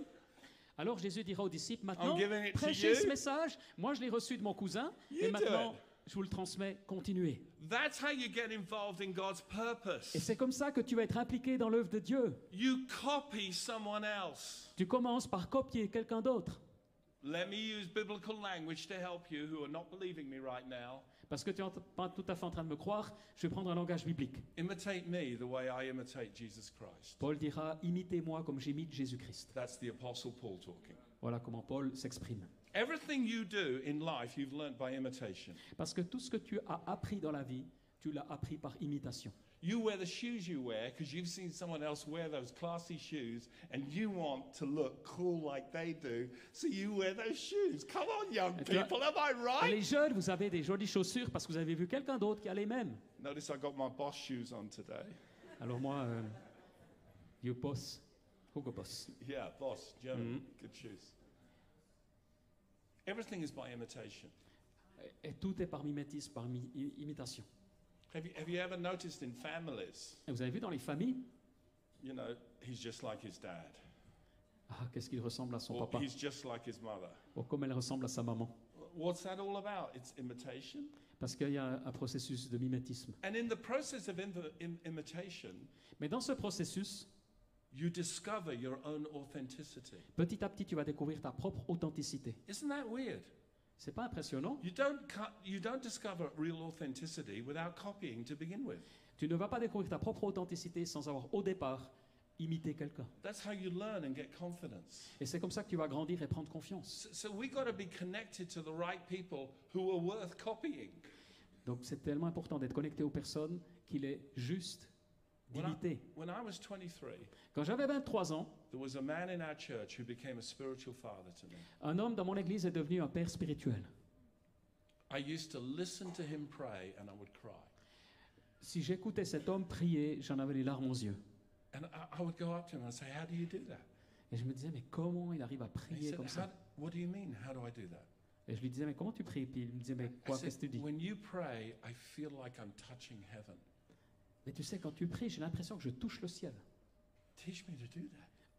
Speaker 3: alors Jésus dira aux disciples, maintenant,
Speaker 2: giving it to
Speaker 3: prêchez
Speaker 2: you.
Speaker 3: ce message, moi je l'ai reçu de mon cousin,
Speaker 2: You do
Speaker 3: et maintenant,
Speaker 2: it.
Speaker 3: je vous le transmets, continuez.
Speaker 2: That's how you get involved in God's
Speaker 3: Et
Speaker 2: purpose.
Speaker 3: c'est comme ça que tu vas être impliqué dans l'œuvre de Dieu.
Speaker 2: You copy someone else.
Speaker 3: Tu commences par copier quelqu'un d'autre.
Speaker 2: Let me use biblical language to help you who are not believing me right now.
Speaker 3: Parce que tu n'es pas tout à fait en train de me croire, je vais prendre un langage biblique.
Speaker 2: Imitate me the way I imitate Jesus Christ.
Speaker 3: Paul dira Imitez-moi comme j'imite Jésus-Christ.
Speaker 2: That's the Apostle Paul talking.
Speaker 3: Voilà comment Paul s'exprime.
Speaker 2: Everything you do in life, you've learned by imitation.
Speaker 3: Parce que tout ce que tu as appris dans la vie, tu l'as appris par imitation.
Speaker 2: You wear the shoes you wear because you've seen someone else wear those classy shoes and you want to look cool like they do, so you wear those shoes. Come on, young
Speaker 3: Et toi-
Speaker 2: people, am I
Speaker 3: Et
Speaker 2: right?
Speaker 3: les jeunes, vous avez des jolies chaussures parce que vous avez vu quelqu'un d'autre qui a les mêmes.
Speaker 2: Notice I got my boss shoes on today.
Speaker 3: Alors moi, euh, you boss, Hugo Boss.
Speaker 2: Yeah, boss,
Speaker 3: Mm-hmm.
Speaker 2: German, good shoes. Everything is by imitation.
Speaker 3: Et, et tout est par mimétisme, par mi- i- imitation.
Speaker 2: Have you, have you ever noticed in families,
Speaker 3: Et vous avez vu dans les familles,
Speaker 2: you know, he's just like his dad,
Speaker 3: ah, qu'est-ce qu'il ressemble à son
Speaker 2: or
Speaker 3: papa,
Speaker 2: he's just like his mother?
Speaker 3: Oh, comme elle ressemble à sa maman.
Speaker 2: What's that all about? It's imitation.
Speaker 3: Parce qu'il y a un- un processus de mimétisme.
Speaker 2: And in the process of im- im- imitation,
Speaker 3: Mais dans ce processus,
Speaker 2: you discover your own authenticity.
Speaker 3: petit à petit, tu vas découvrir ta propre authenticité.
Speaker 2: Isn't that weird?
Speaker 3: C'est pas impressionnant
Speaker 2: You don't, cut, you don't discover real authenticity without copying to begin with.
Speaker 3: Tu ne vas pas découvrir ta propre authenticité sans avoir au départ imité quelqu'un.
Speaker 2: That's how you learn and get confidence.
Speaker 3: Et c'est comme ça que tu vas grandir et prendre confiance.
Speaker 2: So, so we got to be connected to the right people who are worth copying.
Speaker 3: Donc c'est tellement important d'être connecté aux personnes qu'il est juste
Speaker 2: Voilà.
Speaker 3: d'imiter.
Speaker 2: When I was 23,
Speaker 3: Quand j'avais 23 ans,
Speaker 2: There was a man in our church who became a spiritual father to me.
Speaker 3: un homme dans mon église est devenu un père spirituel.
Speaker 2: I used to listen to him pray and I would cry.
Speaker 3: Si j'écoutais cet homme prier, j'en avais les larmes aux yeux.
Speaker 2: And I, I would go up to him and I'd say, How do you do that?
Speaker 3: Et je me disais, mais comment il arrive à
Speaker 2: And he
Speaker 3: prier
Speaker 2: said,
Speaker 3: comme
Speaker 2: "How
Speaker 3: ça
Speaker 2: d- What do you mean? How do I do that?
Speaker 3: Et je lui disais, mais comment tu pries Puis il me disait, mais
Speaker 2: I
Speaker 3: quoi,
Speaker 2: said,
Speaker 3: qu'est-ce que tu dis
Speaker 2: When you pray, I feel like I'm touching heaven.
Speaker 3: Mais tu sais, quand tu pries, j'ai l'impression que je touche le ciel.
Speaker 2: Teach me to do that.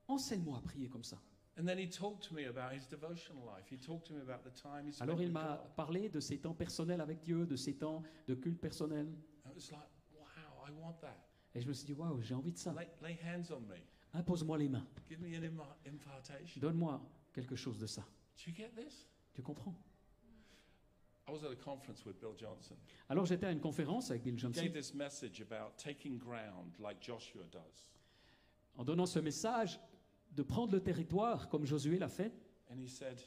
Speaker 3: Enseigne-moi à prier comme ça.
Speaker 2: And then he talked to me about his devotional life. He talked to me about the time he spent
Speaker 3: Alors il
Speaker 2: with
Speaker 3: m'a
Speaker 2: God.
Speaker 3: parlé de ses temps personnels avec Dieu, de ses temps de culte personnel.
Speaker 2: And it was like, wow, I want that.
Speaker 3: Et je me suis dit, waouh, j'ai envie de ça.
Speaker 2: Lay, lay hands on me.
Speaker 3: Impose-moi les mains.
Speaker 2: Give me an imma- impartation.
Speaker 3: Donne-moi quelque chose de ça.
Speaker 2: Do you get this?
Speaker 3: Tu comprends
Speaker 2: I was at a conference with Bill Johnson.
Speaker 3: Alors j'étais à une conférence avec Bill
Speaker 2: He
Speaker 3: Johnson.
Speaker 2: gave this message about taking ground like Joshua does.
Speaker 3: en donnant ce message de prendre le territoire comme Josué l'a fait.
Speaker 2: And he said,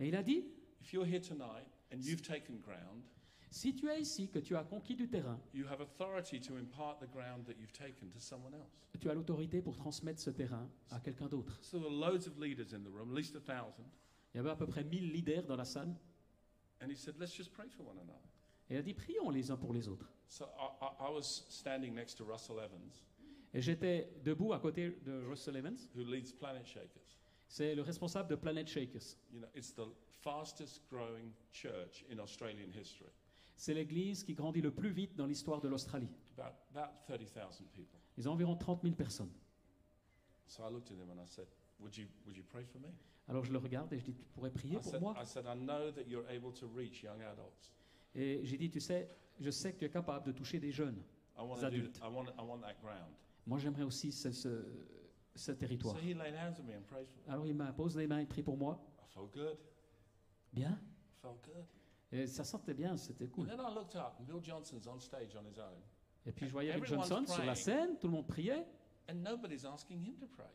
Speaker 3: Et il a dit,
Speaker 2: if you're here tonight and you've taken ground,
Speaker 3: si tu es ici, que tu as conquis du terrain,
Speaker 2: you have authority to impart the ground that you've taken to someone else.
Speaker 3: tu as l'autorité pour transmettre ce terrain à quelqu'un d'autre.
Speaker 2: So there were loads of leaders in the room, at least a thousand.
Speaker 3: Il y avait à peu près 1000 leaders dans la salle.
Speaker 2: And he said, let's just pray for one another.
Speaker 3: Et il a dit, prions les uns pour les autres.
Speaker 2: So I, I, I was standing next to Russell Evans,
Speaker 3: Et j'étais debout à côté de Russell Evans.
Speaker 2: who leads Planet Shakers.
Speaker 3: C'est le responsable de Planet Shakers.
Speaker 2: You know, it's the fastest growing church in Australian history,
Speaker 3: C'est l'église qui grandit le plus vite dans l'histoire de l'Australie.
Speaker 2: about, about 30,000 people.
Speaker 3: Ils ont environ 30 000 personnes.
Speaker 2: So I looked at him and I said, would you, would you pray for me?
Speaker 3: Alors je le regarde et je dis, tu pourrais prier
Speaker 2: I
Speaker 3: pour
Speaker 2: said,
Speaker 3: moi.
Speaker 2: I said, I know that you're able to reach young adults.
Speaker 3: Et j'ai dit, tu sais, je sais que tu es capable de toucher des jeunes.
Speaker 2: I want to do,
Speaker 3: adultes.
Speaker 2: I want, I want that ground.
Speaker 3: Moi, j'aimerais aussi ce, ce- ce
Speaker 2: So
Speaker 3: territoire.
Speaker 2: he laid hands on me and prayed for me.
Speaker 3: Alors il m'impose les mains, il prie pour moi.
Speaker 2: I felt good.
Speaker 3: Bien.
Speaker 2: I felt good.
Speaker 3: Et ça sentait bien, c'était
Speaker 2: And
Speaker 3: cool.
Speaker 2: then I looked up and Bill Johnson's on stage on his own.
Speaker 3: Et puis je voyais Bill
Speaker 2: Everyone's
Speaker 3: Johnson sur la
Speaker 2: praying.
Speaker 3: scène, tout le monde priait,
Speaker 2: And nobody's asking him to pray.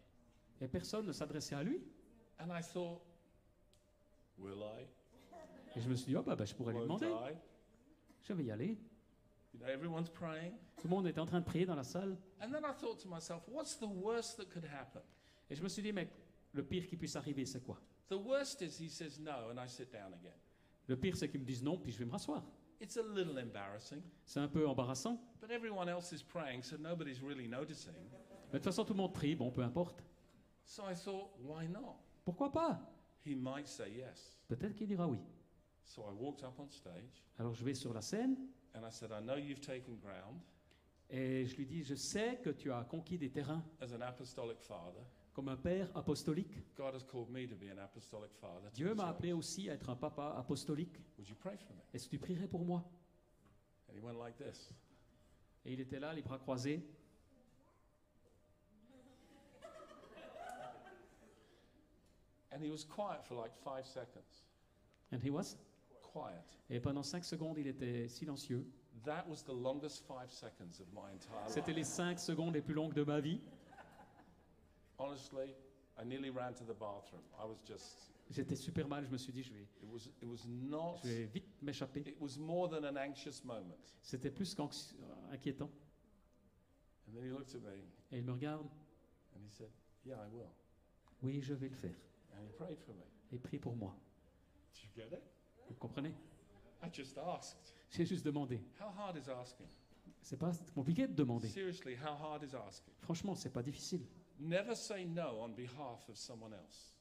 Speaker 3: et personne ne s'adressait à lui.
Speaker 2: And I thought, will I?
Speaker 3: Et je me suis dit, oh bah, bah, je pourrais lui
Speaker 2: Won't
Speaker 3: demander,
Speaker 2: I?
Speaker 3: je vais y aller.
Speaker 2: You know, everyone's praying.
Speaker 3: Tout le monde était en train de prier dans la salle.
Speaker 2: And then I thought to myself, what's the worst that could happen?
Speaker 3: Et je me suis dit, mec, le pire qui puisse arriver, c'est quoi
Speaker 2: The worst is he says no and I sit down again.
Speaker 3: Le pire, c'est qu'ils me disent non, puis je vais me rasseoir.
Speaker 2: It's a little embarrassing,
Speaker 3: C'est un peu embarrassant.
Speaker 2: but everyone else is praying, so nobody's really noticing.
Speaker 3: Mais de toute façon, tout le monde prie, bon, peu importe.
Speaker 2: So I thought, why not?
Speaker 3: Pourquoi pas
Speaker 2: He might say yes.
Speaker 3: Peut-être qu'il dira oui.
Speaker 2: So I walked up on stage
Speaker 3: Alors je vais sur la scène
Speaker 2: and I said, I know you've taken ground
Speaker 3: et je lui dis, je sais que tu as conquis des terrains
Speaker 2: as an apostolic father.
Speaker 3: comme un père apostolique.
Speaker 2: God has called me to be an apostolic father. to
Speaker 3: Dieu
Speaker 2: the
Speaker 3: m'a
Speaker 2: church.
Speaker 3: appelé aussi à être un papa apostolique.
Speaker 2: Would you pray for me?
Speaker 3: Est-ce que tu prierais pour moi
Speaker 2: And he went like this.
Speaker 3: Et il était là, les bras croisés.
Speaker 2: And he was quiet for like five seconds.
Speaker 3: And he was.
Speaker 2: Quiet.
Speaker 3: Et pendant cinq secondes, il était silencieux.
Speaker 2: That was the longest five seconds of my entire
Speaker 3: C'était
Speaker 2: life.
Speaker 3: les cinq secondes les plus longues de ma vie.
Speaker 2: Honestly, I nearly ran to the bathroom. I was just,
Speaker 3: J'étais super mal. Je me suis dit, je vais,
Speaker 2: it was, it was not,
Speaker 3: je vais vite m'échapper.
Speaker 2: it was more than an anxious moment.
Speaker 3: C'était plus qu'inquiétant.
Speaker 2: And then he looked at me
Speaker 3: Et il me regarde.
Speaker 2: and he said, Yeah, I will.
Speaker 3: Oui, je vais le faire.
Speaker 2: And he prayed for me.
Speaker 3: Et prie pour moi.
Speaker 2: Do you get it?
Speaker 3: Vous comprenez
Speaker 2: I just asked.
Speaker 3: J'ai juste demandé.
Speaker 2: How hard is asking?
Speaker 3: C'est pas compliqué de demander.
Speaker 2: Seriously, how hard is asking?
Speaker 3: Franchement, c'est pas difficile.
Speaker 2: Never say no on behalf of someone else.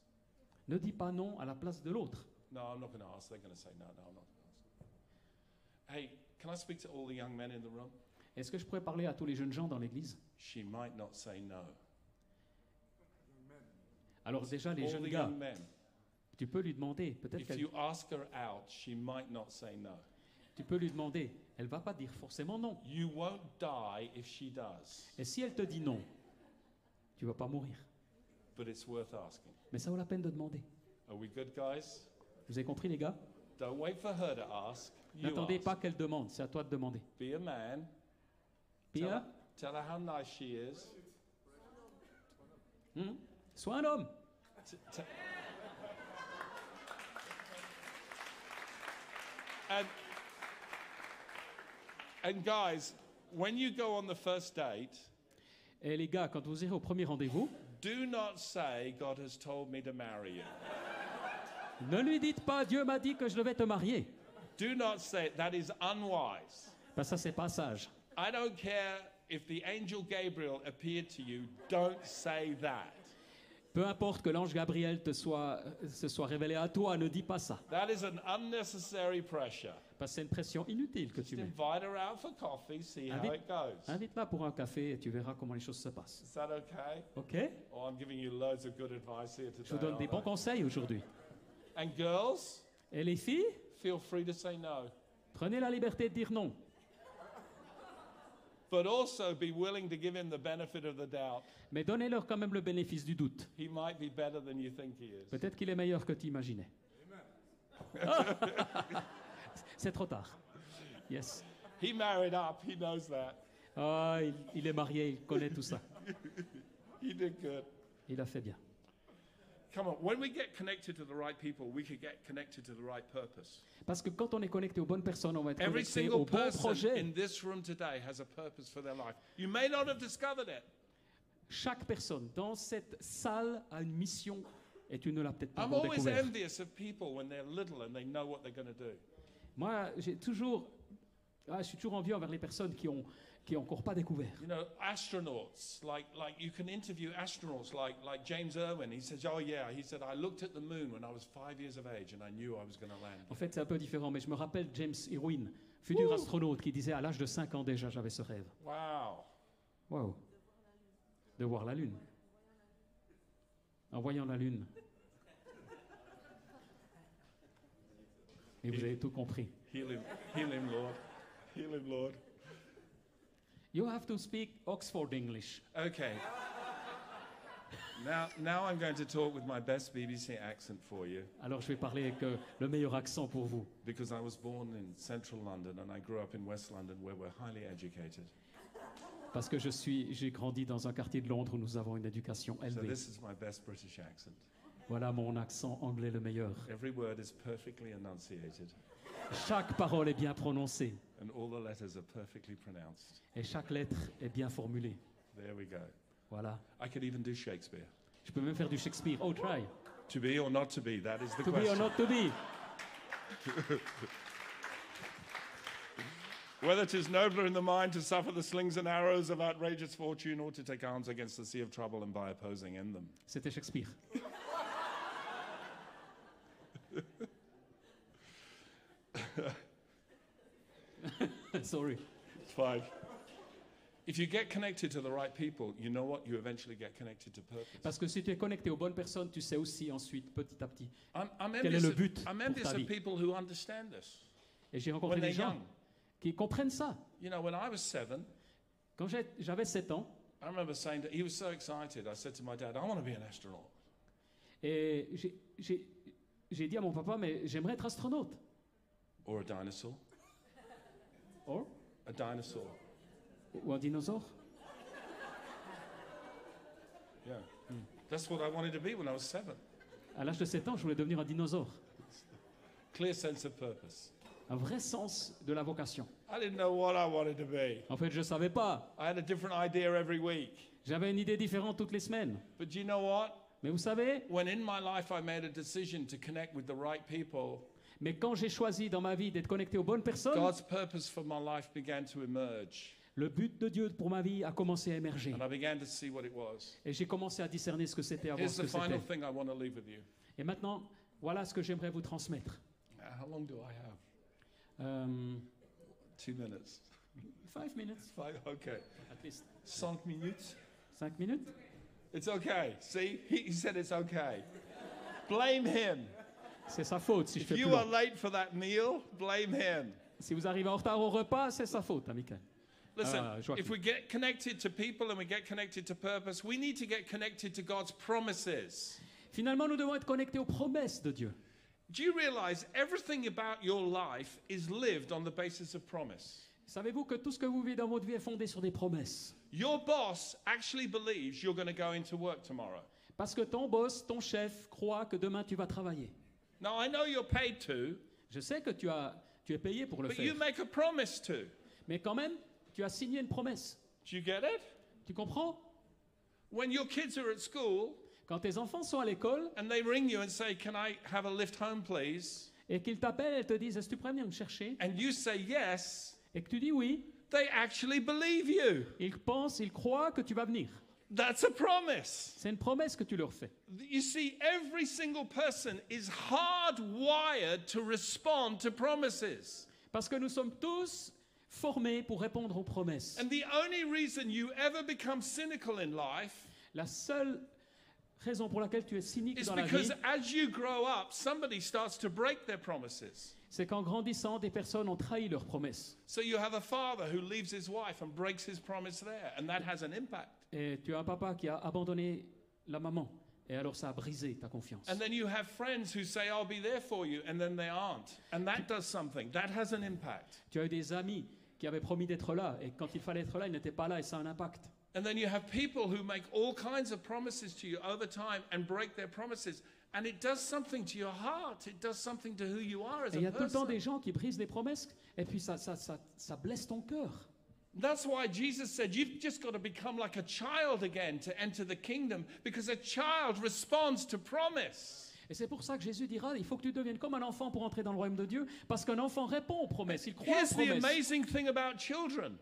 Speaker 3: Ne dis pas non à la place de l'autre.
Speaker 2: No, I'm not going to ask. They're going to say no. No, I'm not going to ask. Hey, can I speak to all the young men in the room?
Speaker 3: Est-ce que je pourrais parler à tous les jeunes gens dans l'église
Speaker 2: She might not say no.
Speaker 3: Alors déjà, les
Speaker 2: all
Speaker 3: jeunes
Speaker 2: the
Speaker 3: gars,
Speaker 2: young men.
Speaker 3: tu peux lui demander. Peut-être
Speaker 2: Oh If
Speaker 3: qu'elle
Speaker 2: you ask her out, she might not say no.
Speaker 3: Tu peux lui demander. Elle va pas dire forcément non.
Speaker 2: You won't die if she does,
Speaker 3: Et si elle te dit non, tu vas pas mourir.
Speaker 2: but it's worth asking.
Speaker 3: Mais ça vaut la peine de demander.
Speaker 2: Are we good, guys?
Speaker 3: Vous avez compris, les gars
Speaker 2: Don't wait for her to ask. You
Speaker 3: N'attendez
Speaker 2: ask.
Speaker 3: pas qu'elle demande. C'est à toi de demander.
Speaker 2: Be a man. Tell
Speaker 3: Pia,
Speaker 2: her, tell her how nice she is.
Speaker 3: hmm, sois un homme.
Speaker 2: T- t- and, and guys, when you go on the first date,
Speaker 3: Et Eh, les gars, quand vous irez au premier rendez-vous,
Speaker 2: do not say, God has told me to marry you.
Speaker 3: ne lui dites pas Dieu m'a dit que je devais te marier.
Speaker 2: Do not say it. That is unwise.
Speaker 3: Ben ça, c'est pas sage.
Speaker 2: I don't care if the angel Gabriel appeared to you, don't say that.
Speaker 3: Peu importe que l'ange Gabriel te soit, euh, se soit révélé à toi, ne dis pas ça.
Speaker 2: That is an unnecessary pressure.
Speaker 3: Parce que c'est une pression inutile que tu
Speaker 2: Just
Speaker 3: mets.
Speaker 2: invite her out for coffee, see how
Speaker 3: Invite-
Speaker 2: it goes.
Speaker 3: Invite-la pour un café et tu verras comment les choses se passent.
Speaker 2: Is that okay?
Speaker 3: Ok
Speaker 2: Oh, I'm giving you loads of good advice here today.
Speaker 3: Je vous donne des
Speaker 2: aren't
Speaker 3: bons
Speaker 2: I?
Speaker 3: conseils aujourd'hui.
Speaker 2: And girls,
Speaker 3: Et les filles,
Speaker 2: feel free to say no.
Speaker 3: prenez la liberté de dire non.
Speaker 2: But also be willing to give him the benefit of the doubt.
Speaker 3: Mais donnez-leur quand même le bénéfice du doute.
Speaker 2: He might be better than you think he is.
Speaker 3: Peut-être qu'il est meilleur que tu imaginais. C'est trop tard. Yes.
Speaker 2: He married up, he knows that.
Speaker 3: Ah, il, il est marié, il connaît tout ça.
Speaker 2: He did good.
Speaker 3: Il a fait bien.
Speaker 2: Come on, when we get connected to the right people, we could get connected to the right purpose.
Speaker 3: Parce que quand on est connecté aux bonnes personnes, on va être
Speaker 2: Every
Speaker 3: connecté
Speaker 2: single
Speaker 3: au bon
Speaker 2: person in
Speaker 3: projet.
Speaker 2: this room today has a purpose for their life. You may not have discovered it.
Speaker 3: Chaque personne dans cette salle a une mission et tu ne l'as peut-être pas
Speaker 2: I'm
Speaker 3: encore
Speaker 2: always
Speaker 3: découvert.
Speaker 2: envious of people when they're little and they know what they're going to do.
Speaker 3: Moi, j'ai toujours, ah, je suis toujours envieux envers les personnes qui ont qui ont encore pas découvert.
Speaker 2: You know, astronauts, like, like you can interview astronauts like, like James Irwin. He says, Oh, yeah, he said, I looked at the moon when I was five years of age and I knew I was going to land.
Speaker 3: En fait, c'est un peu différent, mais je me rappelle James Irwin, futur
Speaker 2: Ouh.
Speaker 3: astronaute, qui disait à l'âge de 5 ans déjà, j'avais ce rêve.
Speaker 2: Wow.
Speaker 3: Waouh De voir la lune. En voyant la lune. Et vous avez tout compris.
Speaker 2: Heal him, heal him, Lord. Heal him, Lord.
Speaker 3: You have to speak Oxford English.
Speaker 2: Okay. Now, now I'm going to talk with my best BBC accent for you
Speaker 3: Alors je vais parler avec euh, le meilleur accent pour vous.
Speaker 2: because I was born in central London and I grew up in West London where we're highly educated.
Speaker 3: Parce que je suis, j'ai grandi dans un quartier de Londres où nous avons une éducation
Speaker 2: So
Speaker 3: élevée.
Speaker 2: this is my best British accent.
Speaker 3: Voilà mon accent anglais le meilleur.
Speaker 2: Every word is perfectly enunciated
Speaker 3: Chaque parole est bien prononcée
Speaker 2: and all the letters are perfectly pronounced.
Speaker 3: et chaque lettre est bien formulée.
Speaker 2: There we go.
Speaker 3: Voilà.
Speaker 2: I could even do Shakespeare.
Speaker 3: Je peux même faire du Shakespeare. Oh, try.
Speaker 2: To be or not to be, that is the
Speaker 3: To be or
Speaker 2: question.
Speaker 3: not to be.
Speaker 2: Whether 'tis nobler in the mind to suffer the slings and arrows of outrageous fortune or to take arms against the sea of trouble and by opposing in them.
Speaker 3: C'était Shakespeare. Sorry.
Speaker 2: Five. If you get connected to the right people, you know what? You eventually get connected to purpose.
Speaker 3: Parce que si tu es connecté aux bonnes personnes, tu sais aussi ensuite, petit à petit.
Speaker 2: I'm, I'm
Speaker 3: Quel est
Speaker 2: envious,
Speaker 3: le
Speaker 2: of-
Speaker 3: but
Speaker 2: I'm
Speaker 3: pour
Speaker 2: envious
Speaker 3: ta
Speaker 2: of
Speaker 3: vie?
Speaker 2: people who understand this
Speaker 3: Et j'ai rencontré
Speaker 2: when they're
Speaker 3: des gens
Speaker 2: young.
Speaker 3: qui comprennent ça.
Speaker 2: You know, when I was seven,
Speaker 3: Quand j'ai- j'avais 7 ans,
Speaker 2: I remember saying that he was so excited. I said to my dad, I want to be an astronaut.
Speaker 3: et j'ai- j'ai j'ai dit à mon papa, mais j'aimerais être astronaute.
Speaker 2: Or a dinosaur.
Speaker 3: Or-
Speaker 2: A dinosaur.
Speaker 3: Ou un dinosaure.
Speaker 2: Yeah. That's what I wanted to be when I was seven.
Speaker 3: À l'âge de 7 ans, je voulais devenir un dinosaure.
Speaker 2: Clear sense of purpose.
Speaker 3: Un vrai sens de la vocation.
Speaker 2: I didn't know what I wanted to be.
Speaker 3: En fait, je ne savais pas.
Speaker 2: I had a different idea every week.
Speaker 3: J'avais une idée différente toutes les semaines.
Speaker 2: But do you know what?
Speaker 3: Mais vous savez,
Speaker 2: When in my life I made a decision to connect with the right people,
Speaker 3: Mais quand j'ai choisi dans ma vie d'être connecté aux bonnes personnes,
Speaker 2: God's purpose for my life began to emerge,
Speaker 3: le but de Dieu pour ma vie a commencé à émerger.
Speaker 2: and I began to see what it was.
Speaker 3: Et j'ai commencé à discerner ce que c'était, à voir
Speaker 2: Here's
Speaker 3: ce
Speaker 2: the
Speaker 3: que
Speaker 2: final
Speaker 3: c'était.
Speaker 2: thing I want to leave with you.
Speaker 3: Et maintenant, voilà ce que j'aimerais vous transmettre.
Speaker 2: Uh, How long do I have?
Speaker 3: Euh,
Speaker 2: Two minutes.
Speaker 3: five minutes,
Speaker 2: Five. Okay.
Speaker 3: at least.
Speaker 2: Cinq minutes.
Speaker 3: Cinq minutes
Speaker 2: It's okay. See, he, he said it's okay. Blame him.
Speaker 3: C'est sa faute si je
Speaker 2: If
Speaker 3: fais plus
Speaker 2: you are
Speaker 3: long.
Speaker 2: late for that meal, blame him.
Speaker 3: Si vous arrivez en retard au repas, c'est sa faute, hein, Michael.
Speaker 2: Listen,
Speaker 3: Ah, Joachim.
Speaker 2: if we get connected to people and we get connected to purpose, we need to get connected to God's promises.
Speaker 3: Finalement, nous devons être connectés aux promesses de Dieu.
Speaker 2: Do you realize everything about your life is lived on the basis of promise?
Speaker 3: Savez-vous que tout ce que vous vivez dans votre vie est fondé sur des promesses
Speaker 2: Your boss actually believes you're going to go into work tomorrow.
Speaker 3: Parce que ton boss, ton chef, croit que demain tu vas travailler.
Speaker 2: Now, I know you're paid to,
Speaker 3: Je sais que tu, as, tu es payé pour le
Speaker 2: but
Speaker 3: faire.
Speaker 2: you make a promise to.
Speaker 3: Mais quand même, tu as signé une promesse.
Speaker 2: Do you get it?
Speaker 3: Tu comprends
Speaker 2: When your kids are at school
Speaker 3: Quand tes enfants sont à l'école
Speaker 2: and they ring you and say, Can I have a lift home, please?
Speaker 3: et qu'ils t'appellent et te disent Est-ce que tu pourrais venir me chercher
Speaker 2: And you say yes,
Speaker 3: Et que tu dis oui,
Speaker 2: they actually believe you.
Speaker 3: ils pensent, ils croient que tu vas venir.
Speaker 2: That's a promise.
Speaker 3: C'est une promesse que tu leur fais.
Speaker 2: You see, every single person is hardwired to respond to promises.
Speaker 3: Parce que nous sommes tous formés pour répondre aux promesses.
Speaker 2: And the only reason you ever become cynical in life
Speaker 3: La seule raison pour laquelle tu es cynique
Speaker 2: is
Speaker 3: dans la
Speaker 2: because
Speaker 3: vie,
Speaker 2: as you grow up, somebody starts to break their promises.
Speaker 3: c'est qu'en grandissant, des personnes ont trahi leurs promesses.
Speaker 2: So you have a father who leaves his wife and breaks his promise there, and that has an impact.
Speaker 3: Et tu as un papa qui a abandonné la maman. Et alors ça a brisé ta confiance.
Speaker 2: And then you have friends who say, I'll be there for you, and then they aren't. And that does something. That has an impact.
Speaker 3: Tu as eu des amis qui avaient promis d'être là. Et quand il fallait être là, ils n'étaient pas là et ça a un impact.
Speaker 2: And then you have people who make all kinds of promises to you over time and break their promises. And it does something to your heart. It does something to who you are as
Speaker 3: Et il y
Speaker 2: a
Speaker 3: a tout le
Speaker 2: person.
Speaker 3: temps des gens qui brisent des promesses. Et puis ça, ça, ça, ça blesse ton cœur.
Speaker 2: That's why Jesus said, You've just got to become like a child again to enter the kingdom, because a child responds to promise.
Speaker 3: Et c'est pour ça que Jésus dira, il faut que tu deviennes comme un enfant pour entrer dans le royaume de Dieu, parce qu'un enfant répond aux promesses, il croit aux
Speaker 2: Here's the
Speaker 3: promesses. Vous
Speaker 2: amazing thing about children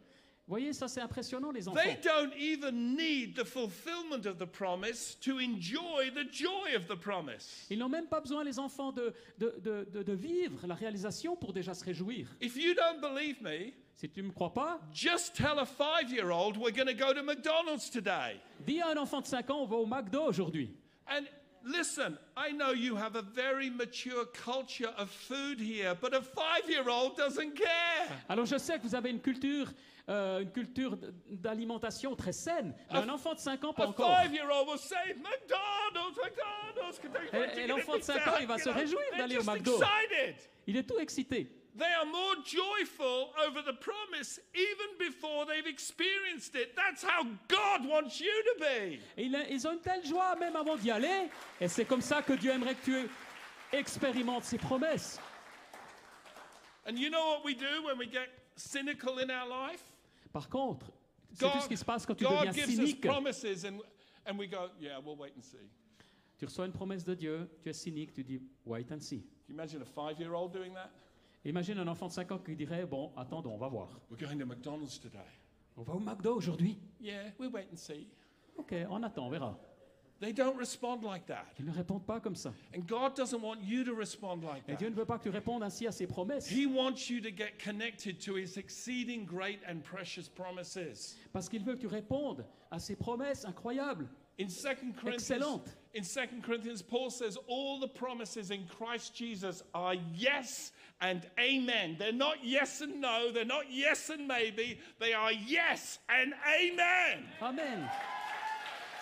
Speaker 3: voyez, ça c'est impressionnant les enfants.
Speaker 2: they don't even need the fulfillment of the promise to enjoy the joy of the promise.
Speaker 3: Ils n'ont même pas besoin, les enfants, de, de, de- de- de vivre la réalisation pour déjà se réjouir.
Speaker 2: If you don't believe me,
Speaker 3: Si tu ne me crois pas,
Speaker 2: just tell a five year old we're going to go to McDonald's today.
Speaker 3: dis à un enfant de 5 ans, on va au McDo aujourd'hui.
Speaker 2: And listen, I know you have a very mature culture of food here, but a five year old doesn't care.
Speaker 3: Alors je sais que vous avez une culture, euh, une culture d- d'alimentation très saine, mais un enfant de 5 ans, pas
Speaker 2: A
Speaker 3: encore.
Speaker 2: five year old will say, McDonald's, McDonald's, can they-
Speaker 3: Et- et l'enfant de cinq ans, il va se
Speaker 2: You know,
Speaker 3: réjouir
Speaker 2: they're
Speaker 3: d'aller au
Speaker 2: just
Speaker 3: McDo.
Speaker 2: excited.
Speaker 3: Il est tout excité.
Speaker 2: They are more joyful over the promise even before they've experienced it. That's how God wants you to be.
Speaker 3: Et il a- ils ont une telle joie même avant d'y aller, et c'est comme ça que Dieu aimerait que tu expérimentes ses promesses.
Speaker 2: And you know what we do when we get cynical in our life?
Speaker 3: Par contre, c'est tout ce
Speaker 2: God,
Speaker 3: qui se passe quand tu
Speaker 2: God
Speaker 3: deviens
Speaker 2: gives us
Speaker 3: cynique.
Speaker 2: promises and, and we go, yeah, we'll wait and see. Can
Speaker 3: Tu reçois une promesse de Dieu, tu es cynique, tu dis wait and see.
Speaker 2: you imagine a five year old doing that?
Speaker 3: Imagine un enfant de 5 ans qui dirait bon, attendons, on va voir.
Speaker 2: We're going to McDonald's today.
Speaker 3: On va au McDo aujourd'hui.
Speaker 2: Yeah, we'll wait and see.
Speaker 3: Ok, on attend, on verra.
Speaker 2: They don't respond like that.
Speaker 3: Ils ne répondent pas comme ça.
Speaker 2: And God doesn't want you to respond like
Speaker 3: Et
Speaker 2: that.
Speaker 3: Dieu ne veut pas que tu répondes ainsi à ses promesses,
Speaker 2: He wants you to get connected to his exceeding great and precious promises.
Speaker 3: parce qu'il veut que tu répondes à ses promesses incroyables.
Speaker 2: In 2 Corinthians,
Speaker 3: Excellent.
Speaker 2: in 2 Corinthians, Paul says all the promises in Christ Jesus are yes and amen. They're not yes and no, they're not yes and maybe, they are yes and amen.
Speaker 3: Amen.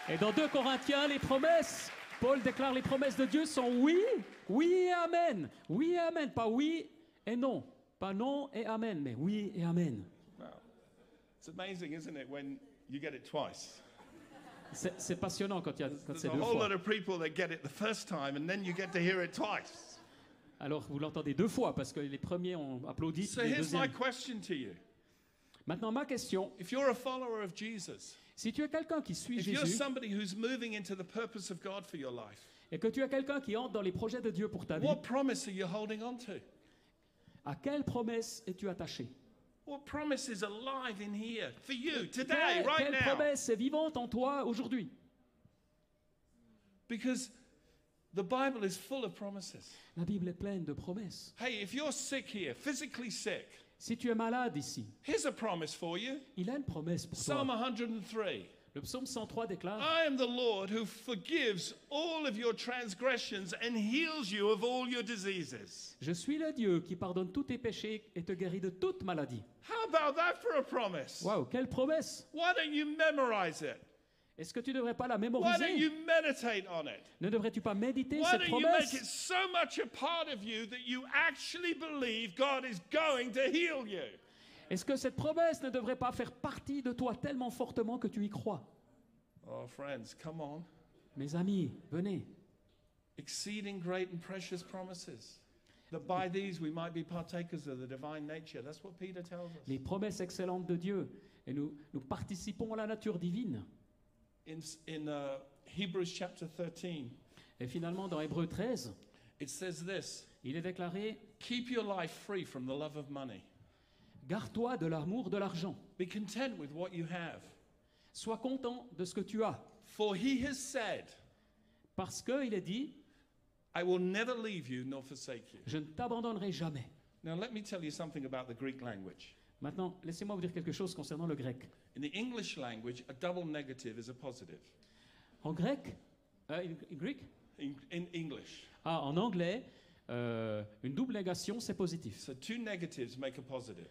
Speaker 3: Et dans 2 Corinthiens, les promesses, Paul déclare les promesses de Dieu sont oui, oui et amen. Oui et amen, pas oui et non. Pas non et amen, mais oui et amen.
Speaker 2: Wow. It's amazing, isn't it, when you get it twice?
Speaker 3: C'est c'est passionnant quand, il y a- quand
Speaker 2: There's
Speaker 3: c'est
Speaker 2: a
Speaker 3: deux
Speaker 2: whole
Speaker 3: fois.
Speaker 2: lot of people that get it the first time and then you get to hear it twice.
Speaker 3: Alors vous l'entendez deux fois parce que les premiers ont applaudi.
Speaker 2: So
Speaker 3: les
Speaker 2: here's my
Speaker 3: deuxièmes.
Speaker 2: question to you.
Speaker 3: Maintenant ma question,
Speaker 2: If you're a follower of Jesus,
Speaker 3: si tu es quelqu'un qui suit
Speaker 2: if you're
Speaker 3: Jésus
Speaker 2: somebody who's moving into the purpose of God for your life,
Speaker 3: et que tu es quelqu'un qui entre dans les projets de Dieu pour ta vie,
Speaker 2: what promise are you holding on to?
Speaker 3: à quelle promesse es-tu attaché
Speaker 2: What promise is alive in here for you today,
Speaker 3: Quelle,
Speaker 2: right
Speaker 3: quelle
Speaker 2: now?
Speaker 3: promesse est vivante en toi aujourd'hui
Speaker 2: Because the Bible is full of promises.
Speaker 3: La Bible est pleine de promesses.
Speaker 2: Hey, if you're sick here, physically sick,
Speaker 3: Si tu es malade ici,
Speaker 2: here's a promise for you
Speaker 3: il a une promesse pour
Speaker 2: Psalm
Speaker 3: toi.
Speaker 2: 103.
Speaker 3: Le psaume 103 déclare
Speaker 2: I am the Lord who forgives all of your transgressions and heals you of all your diseases.
Speaker 3: Je suis le Dieu qui pardonne tous tes péchés et te guérit de toute maladie.
Speaker 2: How about that for a promise?
Speaker 3: Waouh, quelle promesse
Speaker 2: Why don't you memorize it?
Speaker 3: Est-ce que tu ne devrais pas la
Speaker 2: Why don't
Speaker 3: mémoriser
Speaker 2: you meditate on it?
Speaker 3: Ne devrais-tu pas méditer
Speaker 2: Why
Speaker 3: cette
Speaker 2: don't you make it
Speaker 3: promesse
Speaker 2: so much a part of you that you actually believe God is going to heal you?
Speaker 3: Est-ce que cette promesse ne devrait pas faire partie de toi tellement fortement que tu y crois
Speaker 2: Oh, friends, come on.
Speaker 3: Mes amis, venez.
Speaker 2: Exceeding great and precious promises. That by these we might be partakers of the divine nature. That's what Peter tells us.
Speaker 3: Les promesses excellentes de Dieu. Et nous, nous participons à la nature divine.
Speaker 2: In, in uh, Hebrews chapter 13,
Speaker 3: Et finalement, dans Hébreu 13,
Speaker 2: it says this
Speaker 3: il est déclaré
Speaker 2: Keep your life free from the love of money.
Speaker 3: Garde-toi de l'amour de l'argent.
Speaker 2: Be content with what you have.
Speaker 3: Sois content de ce que tu as.
Speaker 2: For he has said,
Speaker 3: Parce qu'il est dit,
Speaker 2: I will never leave you nor forsake you.
Speaker 3: je ne t'abandonnerai jamais.
Speaker 2: Now, let me tell you something about the Greek language.
Speaker 3: Maintenant, laissez-moi vous dire quelque chose concernant le grec.
Speaker 2: In the English language, a double negative is a positive.
Speaker 3: En grec, euh, in- in Greek?
Speaker 2: In, in English.
Speaker 3: Ah, en anglais, euh, une double négation, c'est positif.
Speaker 2: So, two negatives make a positive.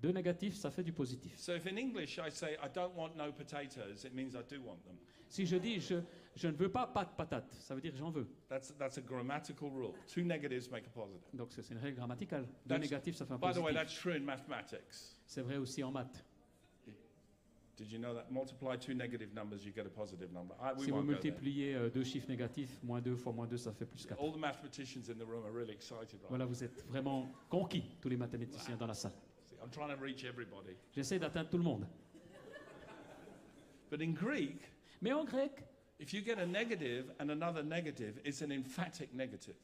Speaker 3: Deux négatifs, ça fait du positif.
Speaker 2: So, if in English I say, I don't want no potatoes, it means I do want them.
Speaker 3: Si je dis je, je ne veux pas pas de patates, ça veut dire j'en veux.
Speaker 2: That's, that's a grammatical rule. Two negatives make a positive.
Speaker 3: Donc c'est c'est une règle grammaticale. Deux
Speaker 2: That's-
Speaker 3: négatifs, ça fait un
Speaker 2: By the way,
Speaker 3: positif.
Speaker 2: that's true in mathematics.
Speaker 3: C'est vrai aussi en maths.
Speaker 2: Did you know that? Multiply two negative numbers, you get a positive number. I, we
Speaker 3: si vous
Speaker 2: won't go there.
Speaker 3: multipliez euh, deux chiffres négatifs, moins 2 fois moins 2, ça fait plus 4.
Speaker 2: All the mathematicians in the room are really excited right
Speaker 3: Voilà, vous êtes vraiment conquis, tous les mathématiciens dans la salle.
Speaker 2: now. See, I'm trying to reach everybody.
Speaker 3: J'essaie d'atteindre tout le monde.
Speaker 2: But in Greek,
Speaker 3: Mais en grec,
Speaker 2: if you get a negative and another negative, it's an emphatic negative.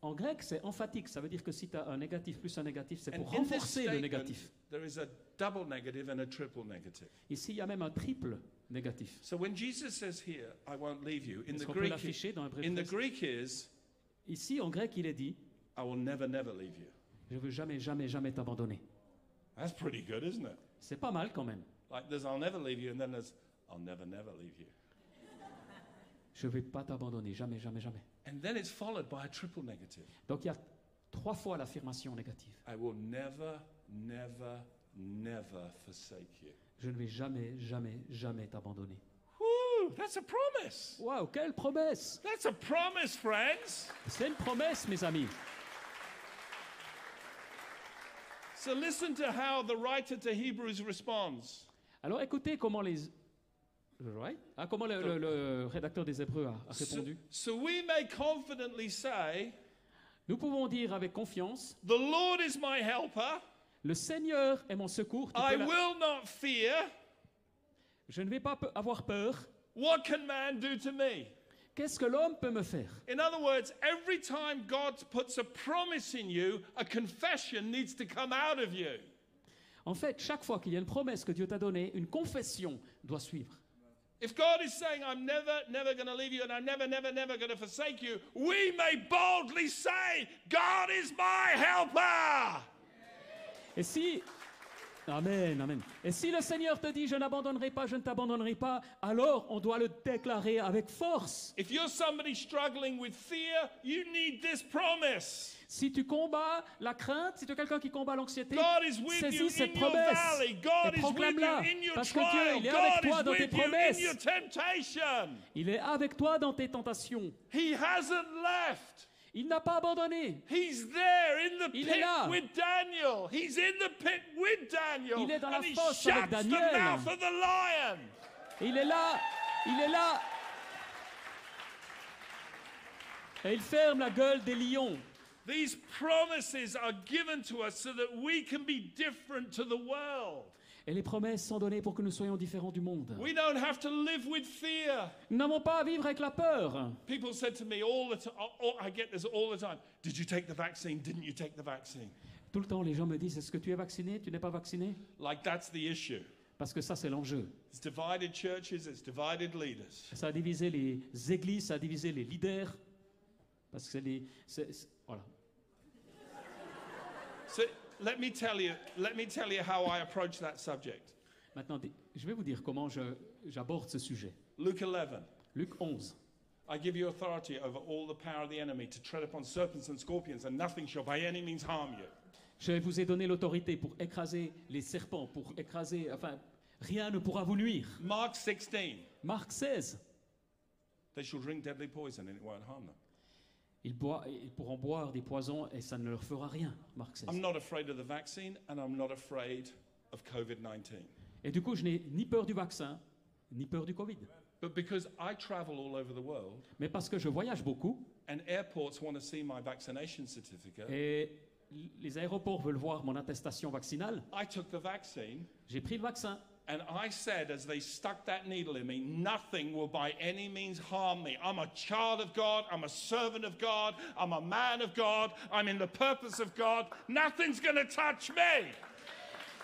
Speaker 3: en grec, c'est emphatique. Ça veut dire que si tu as un négatif plus un négatif, c'est
Speaker 2: And
Speaker 3: pour
Speaker 2: in this
Speaker 3: renforcer le
Speaker 2: statement,
Speaker 3: négatif.
Speaker 2: There is a double negative and a triple negative.
Speaker 3: Ici, il y a même un triple négatif.
Speaker 2: So when Jesus says here, I won't leave you, in
Speaker 3: Est-ce
Speaker 2: the
Speaker 3: qu'on peut
Speaker 2: Greek, i-
Speaker 3: l'afficher dans un bref
Speaker 2: in the
Speaker 3: texte
Speaker 2: Greek is,
Speaker 3: Ici, en grec, il est dit
Speaker 2: I will never, never leave you.
Speaker 3: Je veux jamais, jamais, jamais t'abandonner.
Speaker 2: That's pretty good, isn't it?
Speaker 3: C'est pas mal quand même.
Speaker 2: Like there's I'll never leave you, and then there's I'll never, never leave you.
Speaker 3: Je vais pas t'abandonner, jamais, jamais, jamais.
Speaker 2: And then it's followed by a triple negative.
Speaker 3: Donc il y a trois fois l'affirmation négative.
Speaker 2: I will never, never, never forsake you.
Speaker 3: Je ne vais jamais, jamais, jamais t'abandonner.
Speaker 2: Woo! That's a promise.
Speaker 3: Waouh, quelle promesse
Speaker 2: That's a promise, friends.
Speaker 3: C'est une promesse, mes amis.
Speaker 2: So listen to how the writer to Hebrews responds.
Speaker 3: Alors écoutez comment les... Right? Ah, comment le, le- le rédacteur des Hébreux a, a
Speaker 2: So,
Speaker 3: répondu.
Speaker 2: so we may confidently say,
Speaker 3: Nous pouvons dire avec confiance,
Speaker 2: The Lord is my helper.
Speaker 3: le Seigneur est mon secours. Tu
Speaker 2: I
Speaker 3: peux la-
Speaker 2: will not fear.
Speaker 3: Je ne vais pas pe- avoir peur.
Speaker 2: What can man do to me?
Speaker 3: Qu'est-ce que l'homme peut me faire
Speaker 2: In other words, every time God puts a promise in you, a confession needs to come out of you.
Speaker 3: En fait, chaque fois qu'il y a une promesse que Dieu t'a donnée, une confession doit suivre.
Speaker 2: If God is saying, I'm never, never going to leave you and I'm never, never, never going to forsake you, we may boldly say, God is my helper.
Speaker 3: Et si... Amen, amen. Et si le Seigneur te dit, je n'abandonnerai pas, je ne t'abandonnerai pas, alors on doit le déclarer avec force.
Speaker 2: If you're somebody struggling with fear, you need this promise.
Speaker 3: Si tu combats la crainte, si tu es quelqu'un qui combat l'anxiété,
Speaker 2: God is with you
Speaker 3: saisis
Speaker 2: in
Speaker 3: cette
Speaker 2: your
Speaker 3: promesse
Speaker 2: valley. God
Speaker 3: et
Speaker 2: is with
Speaker 3: proclame-la.
Speaker 2: you in your
Speaker 3: Parce que
Speaker 2: trial.
Speaker 3: Dieu, il est avec
Speaker 2: God
Speaker 3: toi
Speaker 2: is
Speaker 3: dans tes
Speaker 2: with you in
Speaker 3: promesses.
Speaker 2: your temptation.
Speaker 3: Il est avec toi dans tes tentations.
Speaker 2: He hasn't left.
Speaker 3: Il n'a pas abandonné.
Speaker 2: He's there in the
Speaker 3: Il est
Speaker 2: pit
Speaker 3: là.
Speaker 2: with Daniel. He's in the pit with Daniel.
Speaker 3: Il est dans la
Speaker 2: and he
Speaker 3: fosse avec
Speaker 2: shuts the
Speaker 3: Daniel.
Speaker 2: mouth of the lion.
Speaker 3: Il est là. Il est là. Et il ferme la gueule des lions.
Speaker 2: These promises are given to us so that we can be different to the world.
Speaker 3: Et les promesses sont données pour que nous soyons différents du monde.
Speaker 2: We don't have to live with fear.
Speaker 3: Nous n'avons pas à vivre avec la peur.
Speaker 2: People said to me all the time, I get this all the time. Did you take the vaccine? Didn't you take the vaccine?
Speaker 3: Tout le temps, les gens me disent, est-ce que tu es vacciné Tu n'es pas vacciné
Speaker 2: Like that's the issue.
Speaker 3: Parce que ça, c'est l'enjeu.
Speaker 2: It's divided churches, it's divided leaders.
Speaker 3: Ça a divisé les églises, ça a divisé les leaders. Parce que c'est les. c'est- c'est- voilà.
Speaker 2: So let me tell you, let me tell you how I approach that subject.
Speaker 3: Maintenant, des- je vais vous dire comment je- j'aborde ce sujet.
Speaker 2: Luke 11.
Speaker 3: Luc 11.
Speaker 2: I give you authority over all the power of the enemy to tread upon serpents and scorpions, and nothing shall by any means harm you.
Speaker 3: Je vous ai donné l'autorité pour écraser les serpents, pour écraser. Enfin, rien ne pourra vous nuire.
Speaker 2: Mark 16.
Speaker 3: Marc 16.
Speaker 2: They shall drink deadly poison and it won't harm them.
Speaker 3: Ils, boi- ils pourront boire des poisons et ça ne leur fera rien. Marc 16.
Speaker 2: I'm not afraid of the vaccine and I'm not afraid of COVID 19.
Speaker 3: Et du coup, je n'ai ni peur du vaccin, ni peur du Covid.
Speaker 2: But because I travel all over the world
Speaker 3: Mais parce que je voyage beaucoup
Speaker 2: and airports want to see my vaccination certificate,
Speaker 3: et les aéroports veulent voir mon attestation vaccinale,
Speaker 2: I took the vaccine
Speaker 3: j'ai pris le vaccin.
Speaker 2: and I said, as they stuck that needle in me, nothing will by any means harm me. I'm a child of God. I'm a servant of God. I'm a man of God. I'm in the purpose of God. Nothing's going to touch me.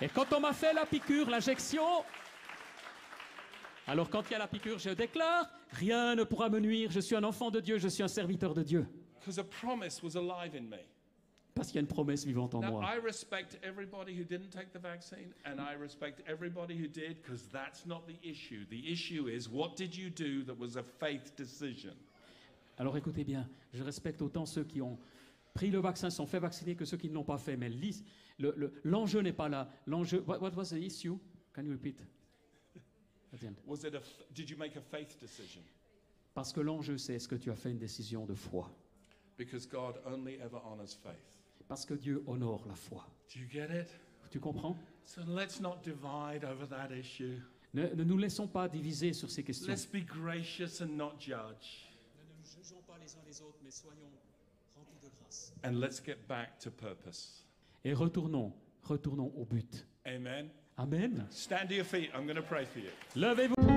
Speaker 3: Et quand on m'a fait la piqûre, l'injection, Alors quand il y a la piqûre, je déclare, rien ne pourra me nuire, je suis un enfant de Dieu, je suis un serviteur de Dieu.
Speaker 2: because a promise was alive in me.
Speaker 3: Parce qu'il y a une promesse vivante en
Speaker 2: Now,
Speaker 3: moi.
Speaker 2: I respect everybody who didn't take the vaccine, and I respect everybody who did, because that's not the issue. The issue is what did you do that was a faith decision?
Speaker 3: Alors écoutez bien, je respecte autant ceux qui ont pris le vaccin, se sont fait vacciner que ceux qui ne l'ont pas fait. Mais l'is- le- le- l'enjeu n'est pas là. L'enjeu. What, what was the issue? Can you repeat? At the end.
Speaker 2: Was it a, f- did you make a faith decision?
Speaker 3: Parce que l'enjeu, c'est est-ce que tu as fait une décision de foi?
Speaker 2: Because God only ever honors faith.
Speaker 3: Parce que Dieu honore la foi.
Speaker 2: Do you get it?
Speaker 3: Tu comprends?
Speaker 2: So let's not divide over that issue.
Speaker 3: Ne, ne nous laissons pas diviser sur ces questions.
Speaker 2: Let's be gracious and not judge.
Speaker 4: Ne nous jugeons pas les uns les autres, mais soyons remplis de grâce.
Speaker 2: And let's get back to purpose.
Speaker 3: Et retournons, retournons au but.
Speaker 2: Amen.
Speaker 3: Amen.
Speaker 2: Stand to your feet. I'm going to pray for you.
Speaker 3: Levez-vous.